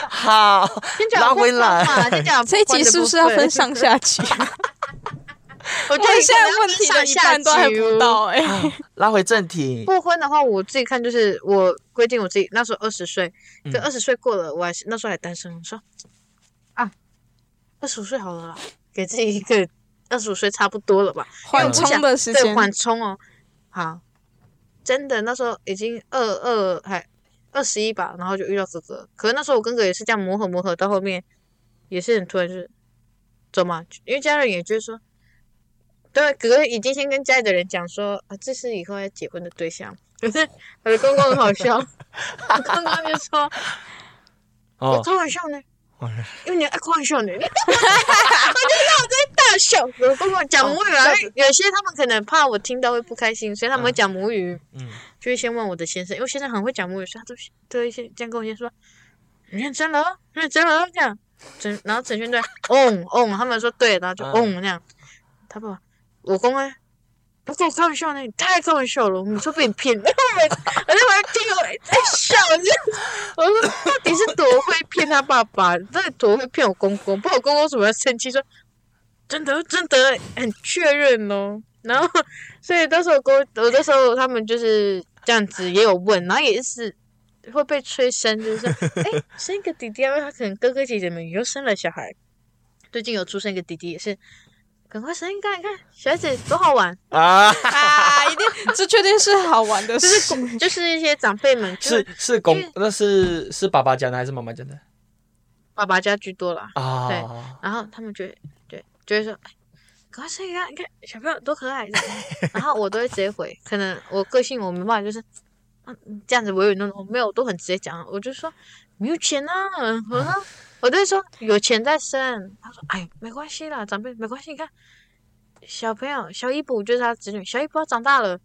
好先讲拉回来不管嘛，先讲这一集是不是要分享？上下集？我 我觉得现在问题的一半都还不到。哎、拉回正题，不婚的话，我自己看就是我规定我自己那时候二十岁，嗯跟二十岁过了，我还是那时候还单身，我说啊，二十五岁好了啦，给自己一个二十五岁差不多了吧， 缓冲的时对，间， 缓冲哦。好，真的那时候已经二二还二十一吧，然后就遇到哥哥，可是那时候我跟哥也是这样磨合磨合，到后面也是很突然就是走嘛，因为家人也就是说。对，哥哥已经先跟家里的人讲说啊，这是以后要结婚的对象。可是我的公公很好笑， 我公公就说：“我哦，开玩笑呢，哦因为你爱开玩笑 呢。”我就让我在大笑，我公公讲母语啊，因为有些他们可能怕我听到会不开心，所以他们会讲母语，嗯，就会先问我的先生，因为先生很会讲母语，所以他都都会先这样跟我先说：“你认真了哦，认真了哦。”这样，陈然后陈轩对，嗯嗯，他们说对，然后就嗯嗯那样。他爸爸，我公公。不跟我开玩笑呢，你太开玩笑了，我们说被你骗 了，我就我就听我在笑，我就我说到底是多会骗他爸爸，到底多会骗我公公？不，我公公怎么要生气说，真的真的很确认哦。然后，所以到时候我公，我那时候他们就是这样子也有问，然后也是会被催生，就是说，哎，生一个弟弟啊，因为他可能哥哥姐姐们又生了小孩，最近有出生一个弟弟，也是赶快生一个，你看小孩子多好玩。啊，啊，一定，这确定是好玩的就事。 是公就是一些长辈们，就是是是公，那是是爸爸讲的还是妈妈讲的爸爸家居多啦。啊？然后他们就会对就会说，哎，赶快生一个啊，你看小朋友多可爱。然后我都会直接回，可能我个性我没办法，就是啊，嗯这样子唯唯诺诺，没有，我都很直接讲，我就说没有钱啊，我说我就说有钱再生。他说哎，没关系啦，长辈没关系，你看小朋友小一补就是他子女，小一补他长大了。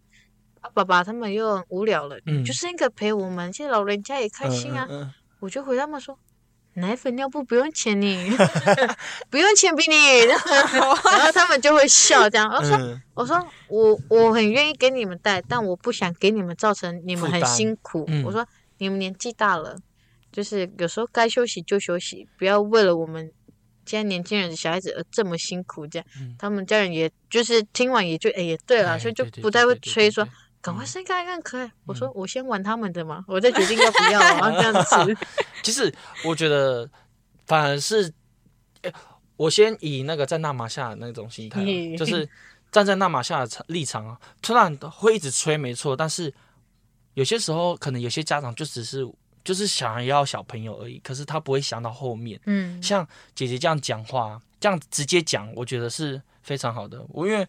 啊，爸爸他们又很无聊了，嗯就是一个陪我们，现在老人家也开心啊。嗯嗯嗯我就回他们说，奶粉尿布不用钱你， 不用钱比你， 然后他们就会笑这样。我说、嗯我说我我很愿意给你们带，但我不想给你们造成你们负很担辛苦。嗯我说你们年纪大了，就是有时候该休息就休息，不要为了我们现在年轻人的小孩子而这么辛苦。这样、嗯他们家人也就是听完也就哎也对了，哎所以就对对不对太会对对催对说对赶快嗯生看看可以。我说我先玩他们的嘛，我再决定要不要啊这样子。其实我觉得反而是，诶我先以那个在纳马夏的那种心态啊，嗯就是站在纳马夏的立场啊，虽然会一直催没错，但是有些时候可能有些家长就只是就是想要小朋友而已，可是他不会想到后面。嗯像姐姐这样讲话，这样直接讲，我觉得是非常好的。我因为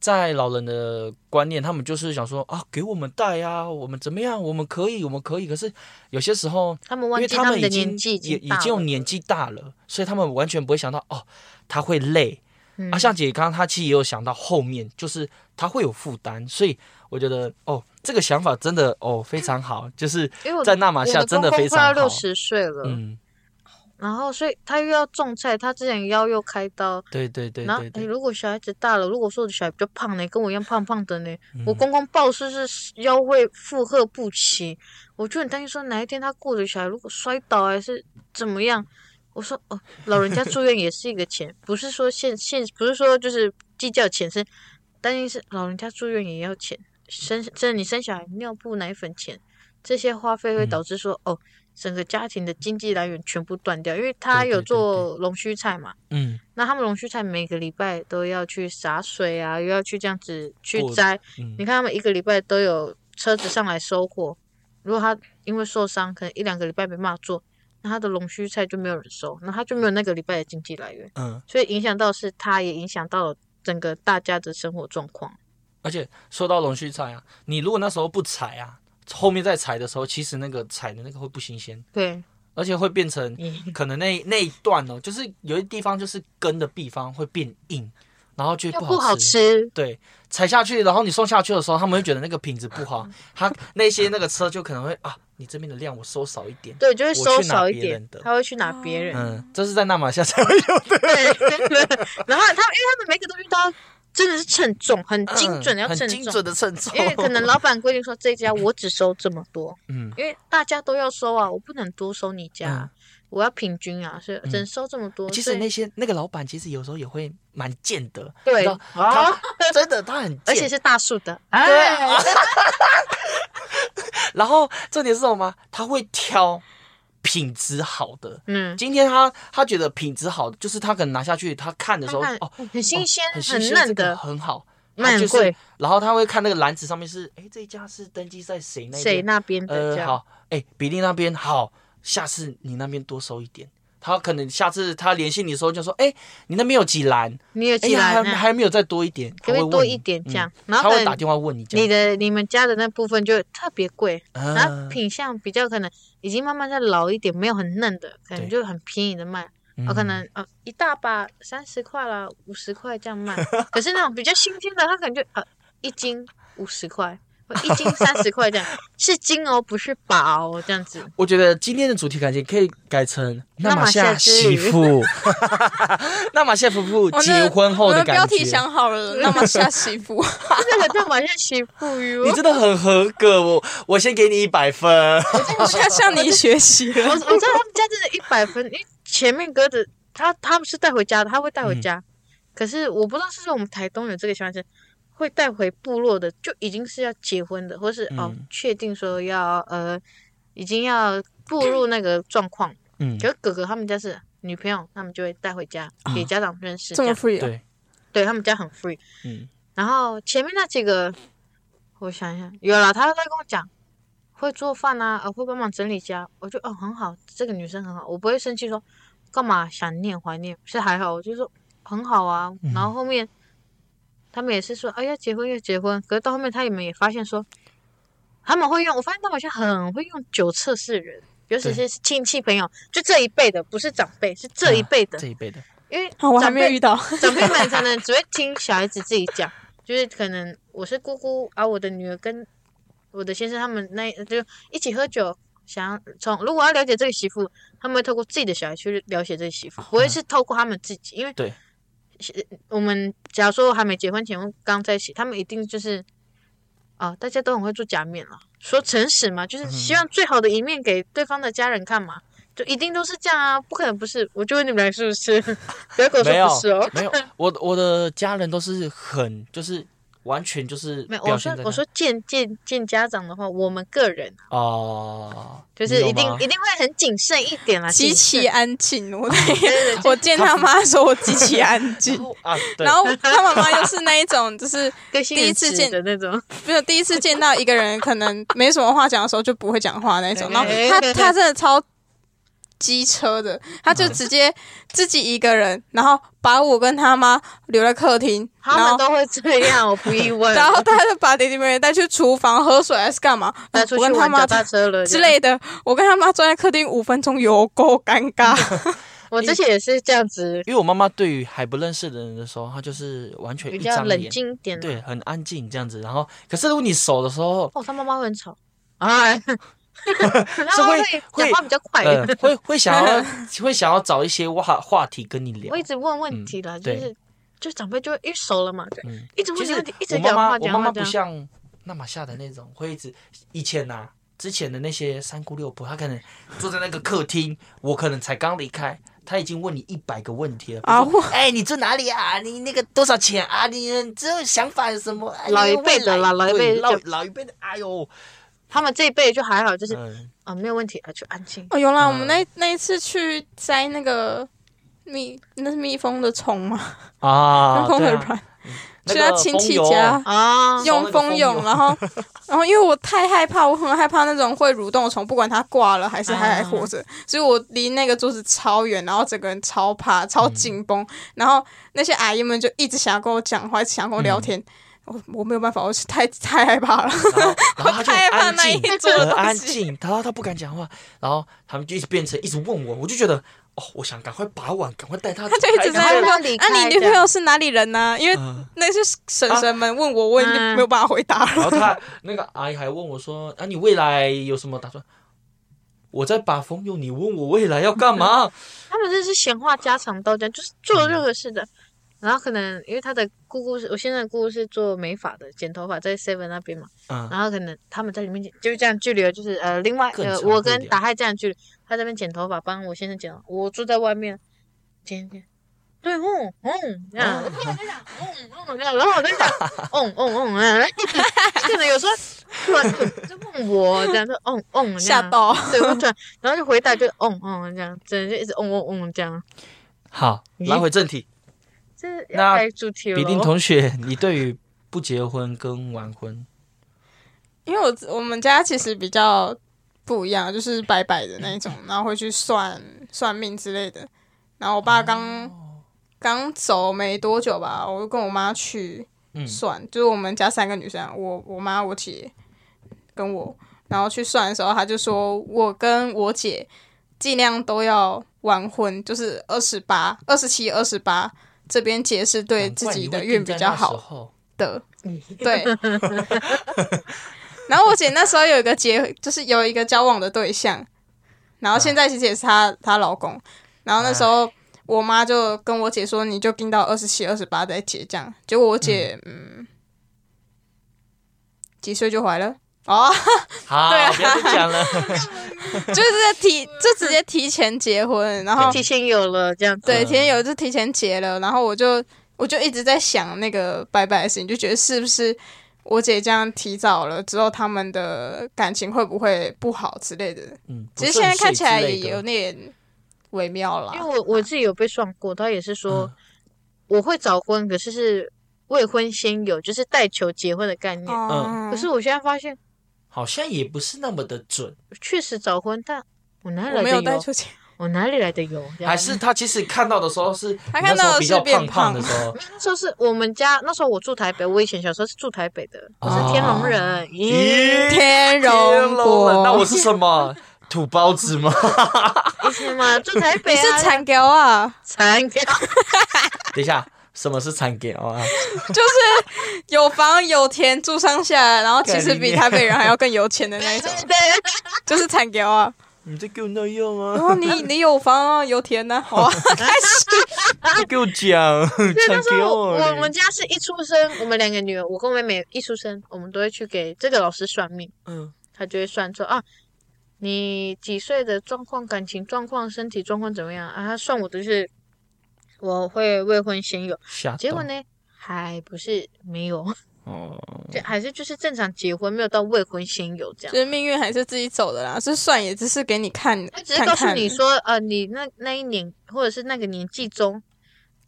在老人的观念，他们就是想说啊，给我们带啊，我们怎么样，我们可以，我们可以。可是有些时候，他们因忘为记他们们的已年纪经已也经已大经有了年纪大了，所以他们完全不会想到哦，他会累。嗯啊，像姐刚刚她其实也有想到后面，就是她会有负担，所以我觉得哦，这个想法真的哦非常好，就是因为我在纳马我夏的真的公公非快要常好六。十岁了，嗯，然后所以他又要种菜，他之前腰又开刀，对对对然后对诶对，如果小孩子大了，如果说我的小孩比较胖呢，跟我一样胖胖的呢，我嗯公公暴食是腰会负荷不起，我就很担心说哪一天他顾着小孩如果摔倒还是怎么样，我说哦，老人家住院也是一个钱，不是说现现不是说就是计较钱，是担心是老人家住院也要钱，生这你生小孩尿布奶粉钱这些花费会嗯导致说、哦，整个家庭的经济来源全部断掉，因为他对对有对做龙须菜嘛。嗯，那他们龙须菜每个礼拜都要去洒水啊，又要去这样子去过摘。嗯你看他们一个礼拜都有车子上来收货。如果他因为受伤，可能一两个礼拜没办法做，那他的龙须菜就没有人收，那他就没有那个礼拜的经济来源，嗯，所以影响到是他，也影响到了整个大家的生活状况。而且说到龙须菜啊，你如果那时候不采啊，后面再采的时候，其实那个采的那个会不新鲜，对，而且会变成嗯可能那那一段哦，就是有一地方就是根的地方会变硬，然后就又会不好好。吃，对，踩下去，然后你送下去的时候，他们会觉得那个品质不好，嗯他那些那个车就可能会啊，你这边的量我收少一点。对，就会我收去拿少一别点人的，他会去拿别人。嗯，这是在纳马夏才会有的，对， 然后他因为他们每个东西都要真的是称重，很精准，嗯要很称精重。准的称重， 因为可能老板规定说这一家我只收这么多， 嗯因为大家都要收啊，我不能多收你家，嗯我要平均啊，所以只能收这么多。其所实以那些那个老板其实有时候也会蛮贱的，对啊你知道他真的他很 而且贱，是大树的，啊 哎，然后重点是什么吗？他会挑品质好的。嗯，今天他他觉得品质好的，就是他可能拿下去，他看的时候看哦，很新鲜、很新很鲜嫩这个的，很好，卖他很就贵是，然后他会看那个篮子上面是，哎，这一家是登记在谁那边谁那边的这呃，样？好，哎、比利那边好，下次你那边多收一点。他可能下次他联系你的时候就说，哎、你那边有几篮？你有哎几呀，篮还呢？还没有再多一点，可不可以他会问多你一点这嗯样然后他可会能打电话问你这你样。的你们家的那部分就特别贵，啊然后品相比较可能已经慢慢在老一点，没有很嫩的，可能对就很便宜的卖。我、可能呃一大把三十块啦，五十块这样卖。可是那种比较新鲜的，它可能就呃一斤五十块，或一斤三十块这样， 是斤哦，不是把哦，这样子。 我觉得今天的主题感情可以改成纳纳马马夏夏之媳旅 妇， 纳马夏夫妇我结婚后我的的标感题觉。想好了，那么下媳 妇。这个对我像媳妇哟，你我真的很合格，我我先给你一百 分。我现在 向你学习我了。知道他们家真的一百分，因为前面哥的他他们是带回家的，他会带回嗯家。可是我不知道是不是我们台东有这个习惯是。会带回部落的，就已经是要结婚的，或是、哦嗯，确定说要呃，已经要步入那个状况，嗯，可是哥哥他们家是女朋友，他们就会带回家啊给家长认识， 这么样 free 啊？对，对他们家很 free。嗯然后前面那几个，我想一想，有啦，他在跟我讲会做饭啊，呃，会帮忙整理家，我就哦很好，这个女生很好，我不会生气说干嘛想念怀念，是还好，我就说很好啊。嗯然后后面他们也是说哎要结婚要结婚，可是到后面他们也发现说。他们会用，我发现他们好像很会用酒测试人，尤其是亲戚朋友，就这一辈的，不是长辈，是这一辈的，啊这一辈 的，因为好，我还长没有辈遇到。长辈们可能只会听小孩子自己讲，就是可能我是姑姑啊，我的女儿跟我的先生他们那就一起喝酒，想要从如果要了解这个媳妇，他们会透过自己的小孩去了解这个媳妇，不会是透过他们自己，因为对我们假如说还没结婚前刚在一起，他们一定就是啊，大家都很会做假面了，说诚实嘛，就是希望最好的一面给对方的家人看嘛。就一定都是这样啊，不可能不是。我就问你们俩是不是？ 不要跟我 没说有不是哦。没有，我我的家人都是很就是完全就是没有，表现我说在那我说见见见家长的话，我们个人啊哦，就是你有一定吗一定会很谨慎一点 啦，极谨其慎。安静， 我对对对，我见他妈说我极其安静，啊，对 然后他妈妈又是那一种，就是跟新 第一人次指见的那 种，没有第一次见到一个人，可能没什么话讲的时候就不会讲话那种。然后他对他真的超机车的，他就直嗯接自己一个人，然后把我跟他妈留在客厅，然他们后都会这样，我不 意外。然后他就把弟弟妹妹带去厨房喝水还是干嘛？带出我去跟他玩妈脚踏车了之。类的，我跟他妈坐在客厅五分钟，有够尴 尬。我之前也是这样子，因为我妈妈对于还不认识的人的时候，她就是完全比一较张冷脸，静一啊点。，对，很安静这样子。然后，可是如果你熟的时候，哦，他妈妈会 很吵， 哎，是是会讲话比较快。呃，会会想 要会想要找一些话话题跟你聊我一。直问问题啦，嗯就对是就长辈就会一熟了嘛，就嗯一直就问是问题，一我直妈讲妈，话我讲妈妈话不讲话。像那玛夏的那种，会一直以前呐、之前的那些三姑六婆，她可能坐在那个客厅，我可能才刚离开，她已经问你一百个问题了。啊比如说哎、你住哪里啊？你那个多少钱啊？你你这个想法有什么？哎老一辈的未啦来老一辈对老就老一辈的，哎呦，他们这一辈就还好，就是嗯，啊没有问题啊，就安 静。哦，有啦，我们嗯那那一次去摘那个蜜，那是蜜蜂的虫嘛，啊 蜜蜂的对啊卵，那去个他亲戚风油家啊，用那用个蜂蜂蛹，蛹然 后然后因为我太害怕，我很害怕那种会蠕动的虫，不管它挂了还是还还活着，所以我离那个桌子超远，然后整个人超怕、超紧绷，然后那些阿姨们就一直想要跟我讲话，一直想要跟我聊嗯天。我我没有办法，我是太太害怕了。 然后然后他就我太害怕很安那一静，桌很东安西静，然后他不敢讲话，然后他们就一直变成一直问我，我就觉得哦，我想赶快把碗，赶快带他走他就一直在赶快那赶快边离说：“啊，开你女朋友是哪里人呢、因为嗯那些婶婶们问我，我已经嗯没有办法回答然后了。他那个阿姨还问我说：“啊，你未来有什么打算？”我在把风用，你问我未来要干嘛？他们真是闲话家常到这样，就是做嗯任何事的。然后可能因为他的姑姑是我现在的姑姑是做美发的，剪头发在 Seven 那边嘛，嗯，然后可能他们在里面剪，就是这样距离了，就是呃另外更呃长我一点跟打嗨这样距离，他这边剪头发帮我先生剪，我住在外面剪一剪。对，嗯嗯，这样，嗯嗯这样，然后我在讲，嗯嗯嗯，嗯， 可能有时候突然就问我这样，就嗯嗯，这吓样到，对，我转， 然后就回答就嗯嗯这样，真的就一直嗯嗯嗯这样。好，咦拉回正题。这那要开主题比定咯同学，你对于不结婚跟晚婚，因为我我们家其实比较不一样，就是白白的那一种，然后会去算算命之类的。然后我爸哦刚刚走没多久吧，我就跟我妈去嗯算，就是我们家三个女生，我我妈、我姐跟我，然后去算的时候，她就说我跟我姐尽量都要晚婚，就是二十八、二十七、二十八这边结是对难自怪己你的会运定比在较那时好。候的，对。 然后我姐那时候有一个结，就是有一个交往的对象，然后现在其实也是她她老公。然后那时候我妈就跟我姐说，你就盯到二十七、二十八再结这样。结果我姐嗯几岁就怀了哦， 好，对啊不要再讲了。就是在提就直接提前结婚，然后提前有了这样子，对，嗯提前有就提前结了，然后我就我就一直在想那个拜拜的事情，就觉得是不是我姐这样提早了之后，他们的感情会不会不好之类的。嗯，其实现在看起来不顺也遂之类有的点微妙啦因为。我我自己有被算过，他也是说、嗯我会早婚，可是是未婚先有，就是带球结婚的概念。嗯可是我现在发现，好像也不是那么的准。确实早婚，但我哪里我来没有的带油？出去，我哪里来的油？这样还是他其实看到的时候是，他看到的比是较变胖胖的时候，那时候是我们家，那时候我住台北，我以前小时候是住台北的，我是天龙人。咦、咦，天龙啊人国，那我是什么？ 啊土包子吗？以前嘛住台北、你啊，是残雕啊， 残羹，等一下，什么是残给啊？就是有房有田住上下，然后其实干你比娘台北人还要更有钱的那一 对种对，就是残雕啊。你在给我那样然啊？哦后你你有房啊，有田 呢、啊，哇，开始你给我讲，对，残那时给 候我我我们家是一出生，我们两个女儿，我跟我妹妹一出生，我们都会去给这个老师算命，嗯他就会算说啊，你几岁的状况、感情状况、身体状况怎么样啊？他算我的是我会未婚先有，吓到结果呢还不是没有，哦， 就还是就是正常结婚，没有到未婚先有这样就。是命运还是自己走的啦，这算也只是给你看，他只是看告诉看你说，呃，你那那一年或者是那个年纪中，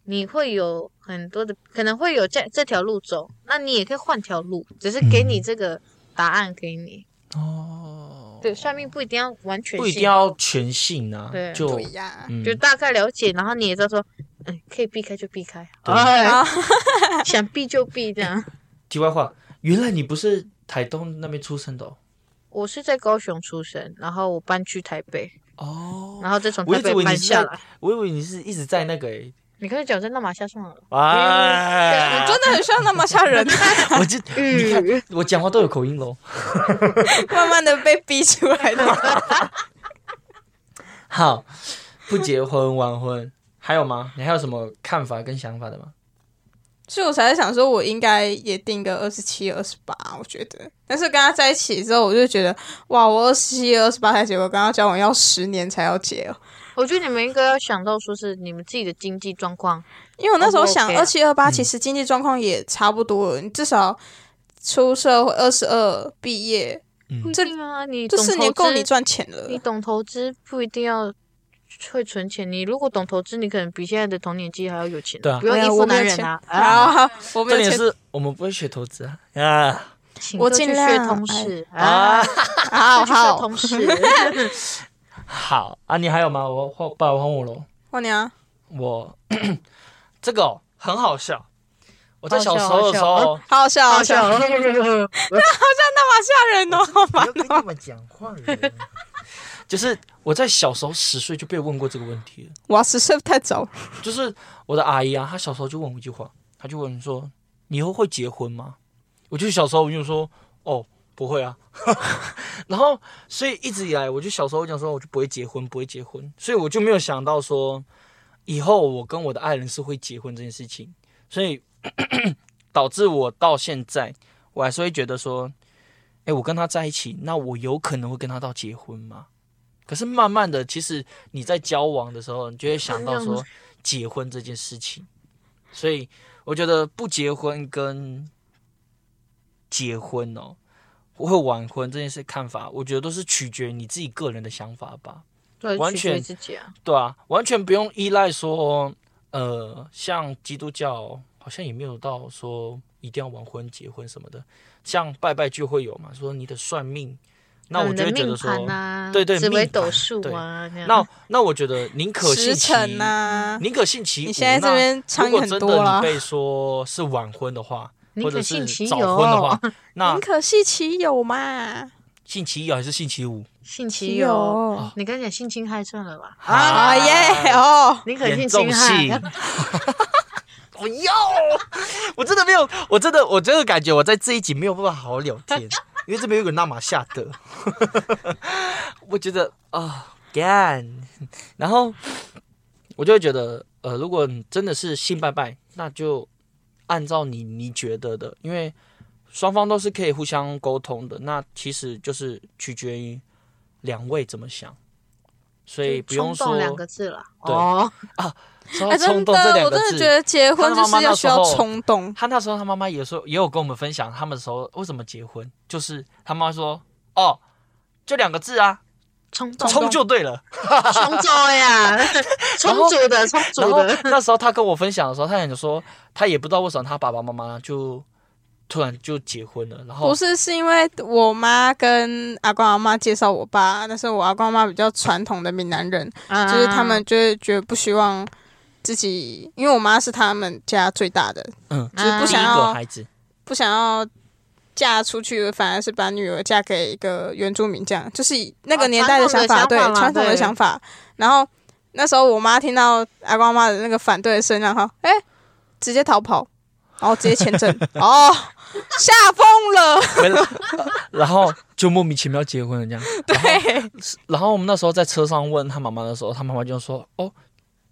你会有很多的，可能会有这这条路走，那你也可以换条路，只是给嗯你这个答案给你。哦，对，算命不一定要完全不一定信要全信啊对，就不一样。嗯就大概了解，然后你也知道说，嗯，可以避开就避开，对哎， 啊，想避就避这样。题外话，原来你不是台东那边出生的哦。我是在高雄出生，然后我搬去台北，哦，然后再从我一台直以北为你搬是下在来。我以为你是一直在那个欸诶，你看讲在那马下算了，哎，真的很像那么吓人， 我就你看我讲话都有口音喽。慢慢的被逼出来的。 好，不结婚晚婚还有吗？你还有什么看法跟想法的吗？所以我才在想说，我应该也定个二十七、二十八，我觉得。但是跟他在一起之后，我就觉得，哇，我二十七、二十八才结婚，跟他交往要十年才要结哦。我觉得你们应该要想到说是你们自己的经济状况，因为我那时候想，哦我二 OK 七、二八其实经济状况也差不多了，你至少出社会二十二毕业，嗯不一这定啊，你这懂四投年够资你赚钱了你。懂投资不一定要会存钱，你如果懂投资，你可能比现在的同年纪还要有钱，对啊不用没依有附我没有男人啊。钱啊， 啊，我重没有点钱是我们不会学投资啊啊请我多去尽学量同事啊，啊！啊，多去学好，同事。好啊，你还有吗？我换爸爸换我喽。我娘，我 这个、哦、很好笑，我在好小笑时候哦的时好笑候，好好笑，好笑，笑， 那么吓人哦，不要跟他们讲话了。就是我在小时候十岁就被问过这个问题了。哇，十岁太早了，就是我的阿姨啊，她小时候就问我一句话，她就问说：“你以后会结婚吗？”我就小时候我就说：“哦，不会啊。” 然后，所以一直以来，我就小时候讲说，我就不会结婚，不会结婚，所以我就没有想到说，以后我跟我的爱人是会结婚这件事情，所以导致我到现在，我还是会觉得说，哎，我跟他在一起，那我有可能会跟他到结婚吗？可是慢慢的，其实你在交往的时候，你就会想到说结婚这件事情，所以我觉得不结婚跟结婚哦，不会晚婚这件事看法，我觉得都是取决于你自己个人的想法吧。对完取决于全自己啊。对啊，完全不用依赖说，呃，像基督教好像也没有到说一定要晚婚结婚什么的，像拜拜就会有嘛，说你的算命，那嗯我就你的会觉命得说，盘啊，对对紫微命盘斗数对啊，那样那那我觉得宁可信时其，辰呐，宁可信其无。你现在这边那苍如蝇果很真多的啦你，被说是晚婚的话，宁或可者信是其早婚的话有，那宁可惜其有嘛，信其有还是信其无？性其有，你刚才讲性侵害算了吧？啊啊耶哦，宁可严信重侵害性，。 我要，我真的没有，我真的，我真的感觉我在这一集没有办法好好聊天，因为这边有个纳玛夏德， 我觉得啊干、然后我就会觉得，呃，如果你真的是信拜拜，那就按照你你觉得的，因为双方都是可以互相沟通的，那其实就是取决于两位怎么想，所以就不用冲动说两个字了。对哦，说到哎，真冲的动这，两我个真字的觉。得结婚就他妈妈是要那需时要候冲动，他那时候他妈妈也说，也有跟我们分享他们时候为什么结婚，就是他妈说哦，就两个字啊，冲动，冲就对了。 冲走呀，然后冲煮的，冲然煮后的，那时候他跟我分享的时候，他也就说他也不知道为什么他爸爸妈妈就突然就结婚了？然后不是，是因为我妈跟阿公阿妈介绍我爸，但是我阿公阿妈比较传统的闽南人，就是他啊们就是觉得不希望自己，因为我妈是他们家最大的，嗯，就是不第一想个要孩子，不想要嫁出去，反而是把女儿嫁给一个原住民，这样就是以那个哦年代的想法，对传统的想法嘛传统的对想法。然后那时候我妈听到阿公阿妈的那个反对的声浪，哈，哎，直接逃跑，然后直接签证，哦，吓疯了，回来 然后就莫名其妙结婚了这样。 对，然后我们那时候在车上问他妈妈的时候，他妈妈就说：“哦，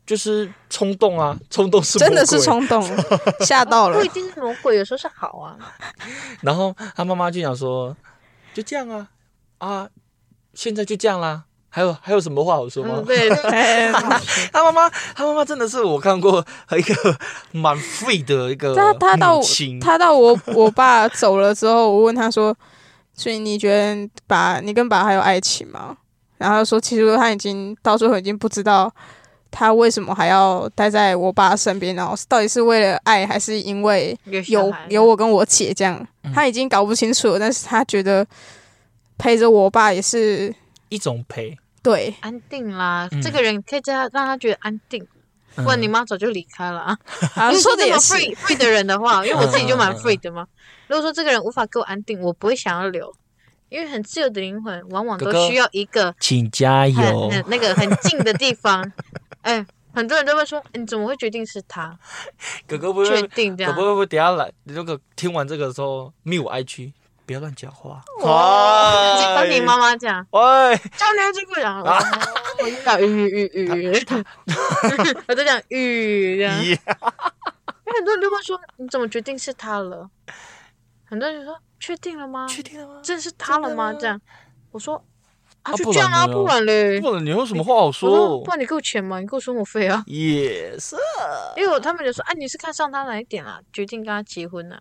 就是冲动啊，冲动是真的魔是鬼冲动，吓到了不一。定是魔鬼，有时候是好啊。然后他妈妈就想说，就这样啊啊，现在就这样啦。还有还有什么话好说吗？嗯， 对，哎他妈妈他妈妈真的是我看过一个蛮 free 的一个他他到母我亲，他到我 我爸走了之后，我问他说：“所以你觉得爸你跟爸还有爱情吗？”然后他说：“其实他已经到最后已经不知道他为什么还要待在我爸身边，然后到底是为了爱还是因为 有小孩有我跟我姐这样，嗯他已经搞不清楚了。但是他觉得陪着我爸也是一种陪。 对，安定啦嗯，这个人可以这样让他觉得安定，不然你妈早就离开了啊。嗯啊，如果说的这也么是 free free 的人的 话，因为我自己就蛮嗯嗯嗯 free 的嘛。如果说这个人无法给我安定，我不会想要留，因为很自由的灵魂往往哥哥都需要一个请加很油！很那个很近的地方。 哎，很多人都会说，哎你怎么会决定是 他？哥哥不会确，定啊这哥哥样会不会等一下来？如果听完这个时候密我 IG，不要乱讲话。哦哎啊当你妈妈这样，喂，教练就不讲了，啊我就讲吁吁吁吁， 我就讲吁这样。咦因为很多人就会说，你怎么决定是他了？很多人就说，确定了吗？确定了吗？真的是他了吗？真的吗这样，我说啊啊，就不这样啊，然呢不然嘞，我不然你有什么话好说说不？然你给我钱嘛，你给我生活费啊。 也是，因为我他们就说啊，你是看上他哪一点啦、决定跟他结婚啦、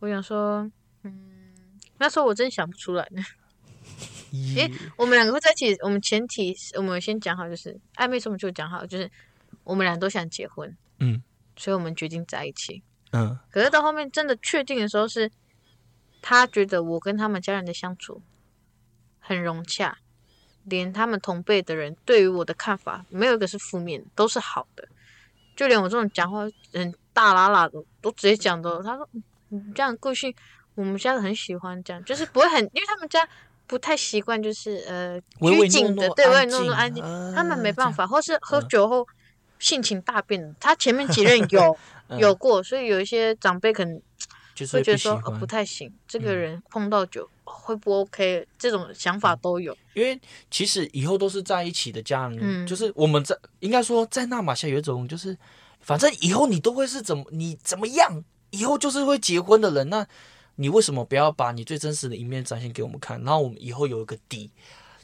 我想说，嗯，那时候我真想不出来呢。咦，我们两个会在一起，我们前提是我们先讲好，就是暧昧什么就讲好，就是我们俩都想结婚，嗯，所以我们决定在一起。嗯可是到后面真的确定的时候是，他觉得我跟他们家人的相处很融洽，连他们同辈的人对于我的看法没有一个是负面，都是好的。就连我这种讲话很大啦啦的，都直接讲的。他说：“你这样过去，我们家人很喜欢这样，就是不会很，因为他们家不太习惯，就是呃唯拘唯谨诺的，诺对，唯唯安诺诺静安静。啊他们没办法，或是喝嗯酒后性情大变的。他前面几任有 嗯有过，所以有一些长辈可能就是会觉得不喜说欢呃不太行，这个嗯人碰到酒哦会不 OK，这种想法都有。因为其实以后都是在一起的家人，嗯就是我们在应该说在那马下有一种就是，反正以后你都会是怎么你怎么样，以后就是会结婚的人，那你为什么不要把你最真实的一面展现给我们看？然后我们以后有一个底，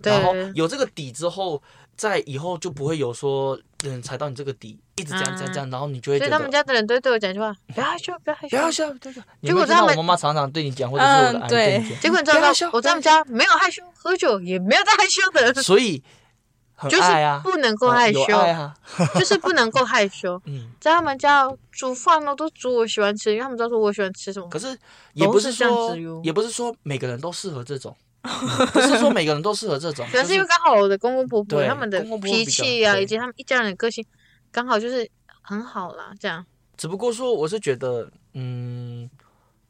对然后有这个底之后，在以后就不会有说嗯踩到你这个底，一直这样嗯这样这样，然后你就会所觉以得他们家的人都会对我讲一句话：不要害羞，不要害不要羞。笑，不要笑。你结有没果有听到他我们妈妈常常对你讲，或者是我的嗯阿姨对对你讲，结果你知不要道害羞，我在他们家没有害羞，喝酒也没有在害羞 的，所以很就是爱啊，不能够嗯害羞有，爱啊，就是不能够害羞。嗯。在他们家煮饭呢，都煮我喜欢吃，因为他们知道说我喜欢吃什么可。是也嗯都不是是这样说，子哟也不是说每个人都适合这 种，嗯不是说每个人都适合这种，可能就是因为刚好我的公公婆婆对他们的公公婆婆脾比较气啊，对以及他们一家人的个性，刚好就是很好啦，这样。只不过说我是觉得，嗯，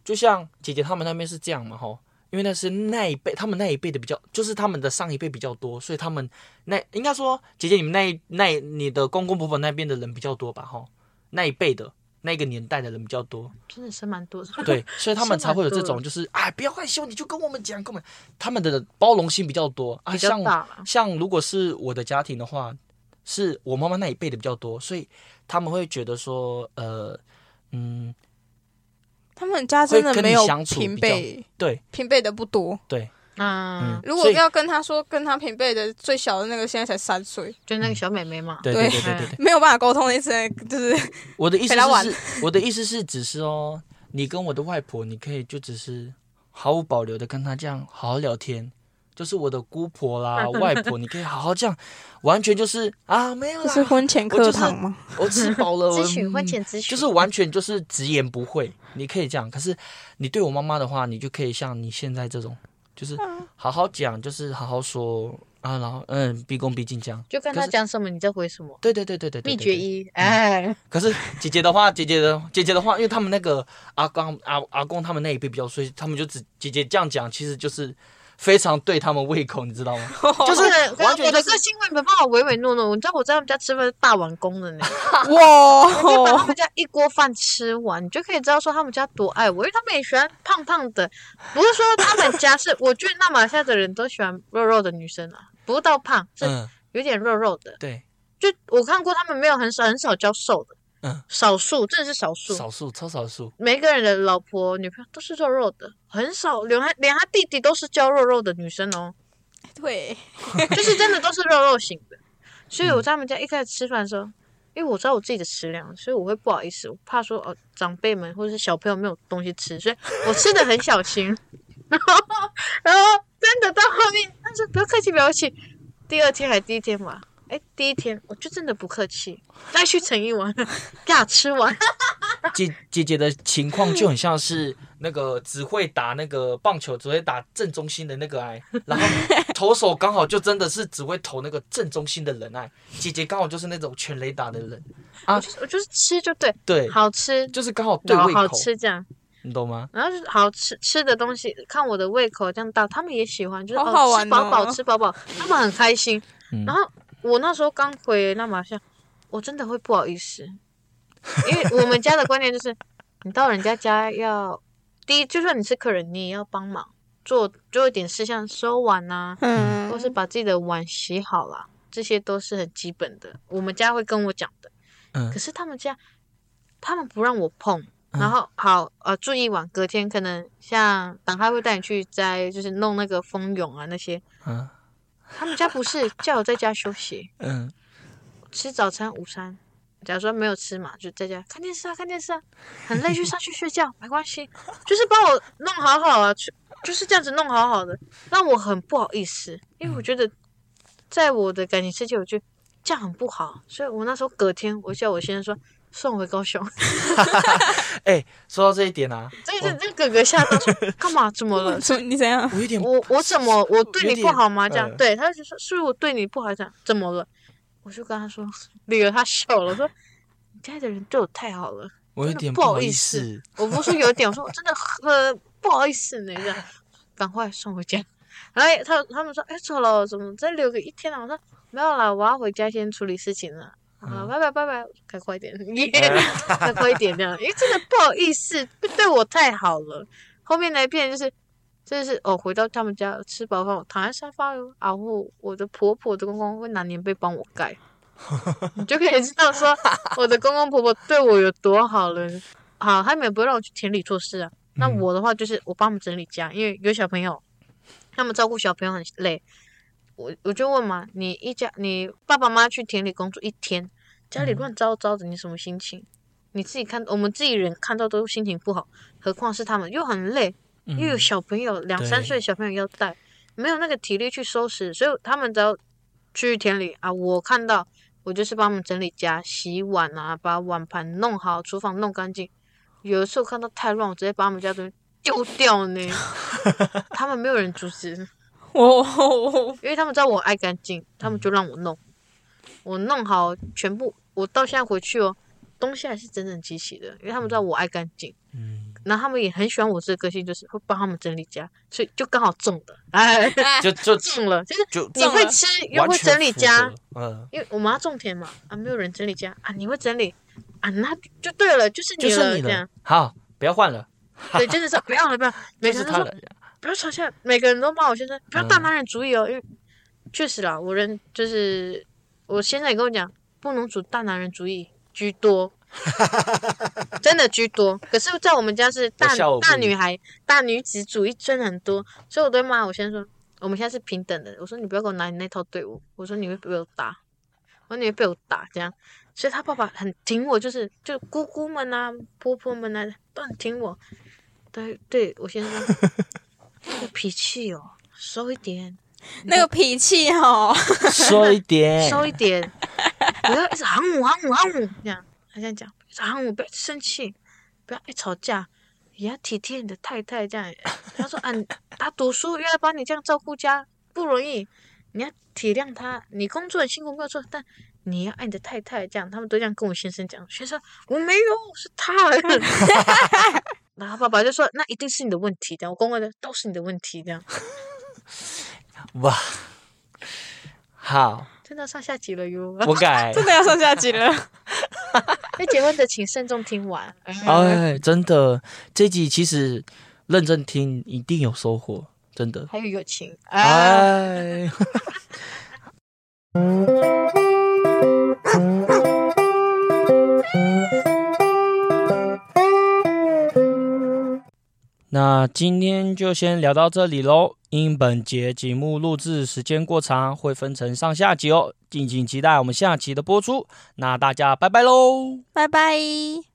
就像姐姐他们那边是这样嘛，吼。因为那是那一辈，他们那一辈的比较，就是他们的上一辈比较多，所以他们那应该说，姐姐你们那一那你的公公婆婆那边的人比较多吧，吼，那一辈的那个年代的人比较多，真的是蛮多的。 对，所以他们是才会有蛮这多种，就是哎，不要害羞，你就跟我们讲，跟我们，他们的包容性比较多啊。比较像大啦像如果是我的家庭的话，是我妈妈那一辈的比较多，所以他们会觉得说，呃，嗯，他们家真的会跟你没有相处比较平辈，对平辈的不多。对，嗯嗯，，如果所以要跟他说跟他平辈的最小的那个现在才三岁，就那个小妹妹嘛，对对对对对对对，没有办法沟通，一直在就是 我的意思陪她玩是，我的意思是，只是哦，你跟我的外婆，你可以就只是毫无保留的跟她这样好好聊天，就是我的姑婆啦、外婆，你可以好好这样，完全就是啊，没有这是啦，婚前课堂吗？我吃饱了，我咨询婚嗯前咨询就是完全就是直言不讳，你可以这样。可是你对我妈妈的话，你就可以像你现在这种，就是嗯好好讲，就是好好说啊，然后嗯，毕恭毕敬这样。就跟可他是讲什么你再回什么。对对对对对，对嗯秘对诀对一，哎，可是姐姐的话，姐姐的姐姐的话，因为他们那个阿公阿阿公他们那一辈比较衰，他们就只姐姐这样讲，其实就是非常对他们胃口，你知道 吗？就是哦完全我就的是个性我也没办法唯唯诺诺，你知道我在他们家吃饭是霸王功的呢， 就 把哦他哇，们家一锅饭吃完，你就可以知道说他们家多爱我，因为他们也喜欢胖胖的，不是说他们家是，我觉得那马来西亚的人都喜欢肉肉的女生啊，不到胖，是嗯，有点肉肉的，对，就我看过他们没有很少很少教瘦的，嗯，少数真的是少数，少数超少数，每个人的老婆女朋友都是肉肉的，很少连他连他弟弟都是教肉肉的女生哦。对， 就是真的都是肉肉型的。所以我在他们家一开始吃饭的时候，嗯因为我知道我自己的食量，所以我会不好意思，我怕说哦长辈们或者是小朋友没有东西吃，所以我吃的很小心。 然后，然后真的到后面，他说不要客气，不要客气。第二天还第一天吧，哎，第一天我就真的不客气，再去盛一碗， 呀，吃完。姐姐姐的情况就很像是那个只会打那个棒球，只会打正中心的那个哎，然后投手刚好就真的是只会投那个正中心的人哎，姐姐刚好就是那种全雷打的人，我就是我就是吃就对，对，好吃，就是刚好啊对然后胃好口，吃这样。你懂吗？然后就是好吃吃的东西，看我的胃口这样大，他们也喜欢，就是好好哦玩吃饱饱哦 吃饱饱，他们很开心。嗯然后我那时候刚回那马来西亚，我真的会不好意思，因为我们家的观念就是，你到人家家要第一，就算你是客人，你也要帮忙做做一点事，像收碗啊， 嗯，或是把自己的碗洗好啦，这些都是很基本的。我们家会跟我讲的，嗯可是他们家他们不让我碰。然后好，呃，住一晚，隔天可能像党开会带你去摘，就是弄那个蜂蛹啊那些。嗯他们家不是叫我在家休息，嗯，吃早餐、午餐。假如说没有吃嘛，就在家看电视啊，看电视啊，很累就上去睡觉，没关系，就是帮我弄好好啊，就就是这样子弄好好的，让我很不好意思，因为我觉得在我的感情世界，我觉得这样很不好，所以我那时候隔天我叫我先生说送回高雄， 哎、说到这一点啊，这这这哥哥吓到说 干嘛？怎么了？怎么你怎样？我有点我我怎么我对有你点不好吗？这样，呃对，他就说是我对你不好，这样怎么了？我就跟他说，理了他笑了，我说你家里的人对我太好了，我有真的点不不好好意意思思。我不是有点，我说我真的很不好意思呢，这样，赶快送回家。然后他他们说，哎，走了，怎么再留个一天啊？我说没有啦，我要回家先处理事情了。啊，嗯呃拜拜拜拜，开快一点， 耶，开快一点这样，因为真的不好意思，对我太好了。后面那一片就是，就是哦，回到他们家吃饱饭，我躺在沙发，然后我的婆婆、我的公公会拿棉被帮我盖， 你就可以知道说我的公公婆婆对我有多好了。好，他们也不会让我去田里做事啊。那嗯我的话就是我帮他们整理家，因为有小朋友，他们照顾小朋友很累。我我就问嘛，你一家你爸爸妈妈去田里工作一天，家里乱糟糟的，你什么心情？你自己看，我们自己人看到都心情不好，何况是他们又很累，嗯又有小朋友两三对岁小朋友要带，没有那个体力去收拾，所以他们只要去田里啊，我看到我就是帮他们整理家、洗碗啊，把碗盘弄好，厨房弄干净。有的时候看到太乱，我直接把他们家东西丢掉呢，他们没有人阻止。我我我因为他们知道我爱干净，他们就让我弄。我弄好全部，我到现在回去哦，东西还是整整齐齐的，因为他们知道我爱干净，嗯，然后他们也很喜欢我这个个性，就是会帮他们整理家，所以就刚好中了，哎，就就中了，就是就你会吃又完会全整理符家合，，嗯，因为我们要种田嘛，啊，没有人整理家啊，你会整理啊，那就对了，就是就你是了，你这样了，，好，不要换了，对，就是 说不要了，不要了，每就个是人都他说了，不要吵架，每个人都骂我先生，不要大嗯男人主义哦，因为确实啦，我人就是我现在也跟我讲，不能主大男人主义居多， 真的居多。可是，在我们家是大我笑我不大语女孩、大女子主义真的很多，所以我对骂我先生说，我们现在是平等的。我说你不要给我拿你那套对我，我说你会被我打，我说你会被我打这样。所以他爸爸很挺我，就是就姑姑们啊、婆婆们啊都很挺我。 对对，我先生说，那个脾气哦，收一点，那个脾气哦，说一 点，收一点，不要一直喊我喊我喊我这样，他这样讲，一直喊我不要生气，不要爱吵架，也要体贴你的太太这样。他说啊，你他读书又要帮你这样照顾家，不容易，你要体谅他，你工作很辛苦没有错，但。你要爱你的太太，这样他们都这样跟我先生讲。先生，我没有，是他。 然后爸爸就说：“那一定是你的问题。”这样，我公公就都是你的问题。这样，哇， 好，真的上下集了哟。我改， 真的要上下集了。被结婚的请慎重听完。哎，真的，这集其实认真听一定有收获，真的。还有友情啊，哎， 那今天就先聊到这里喽。因本节节目录制时间过长，会分成上下集哦，敬请期待我们下期的播出。那大家拜拜喽。拜拜。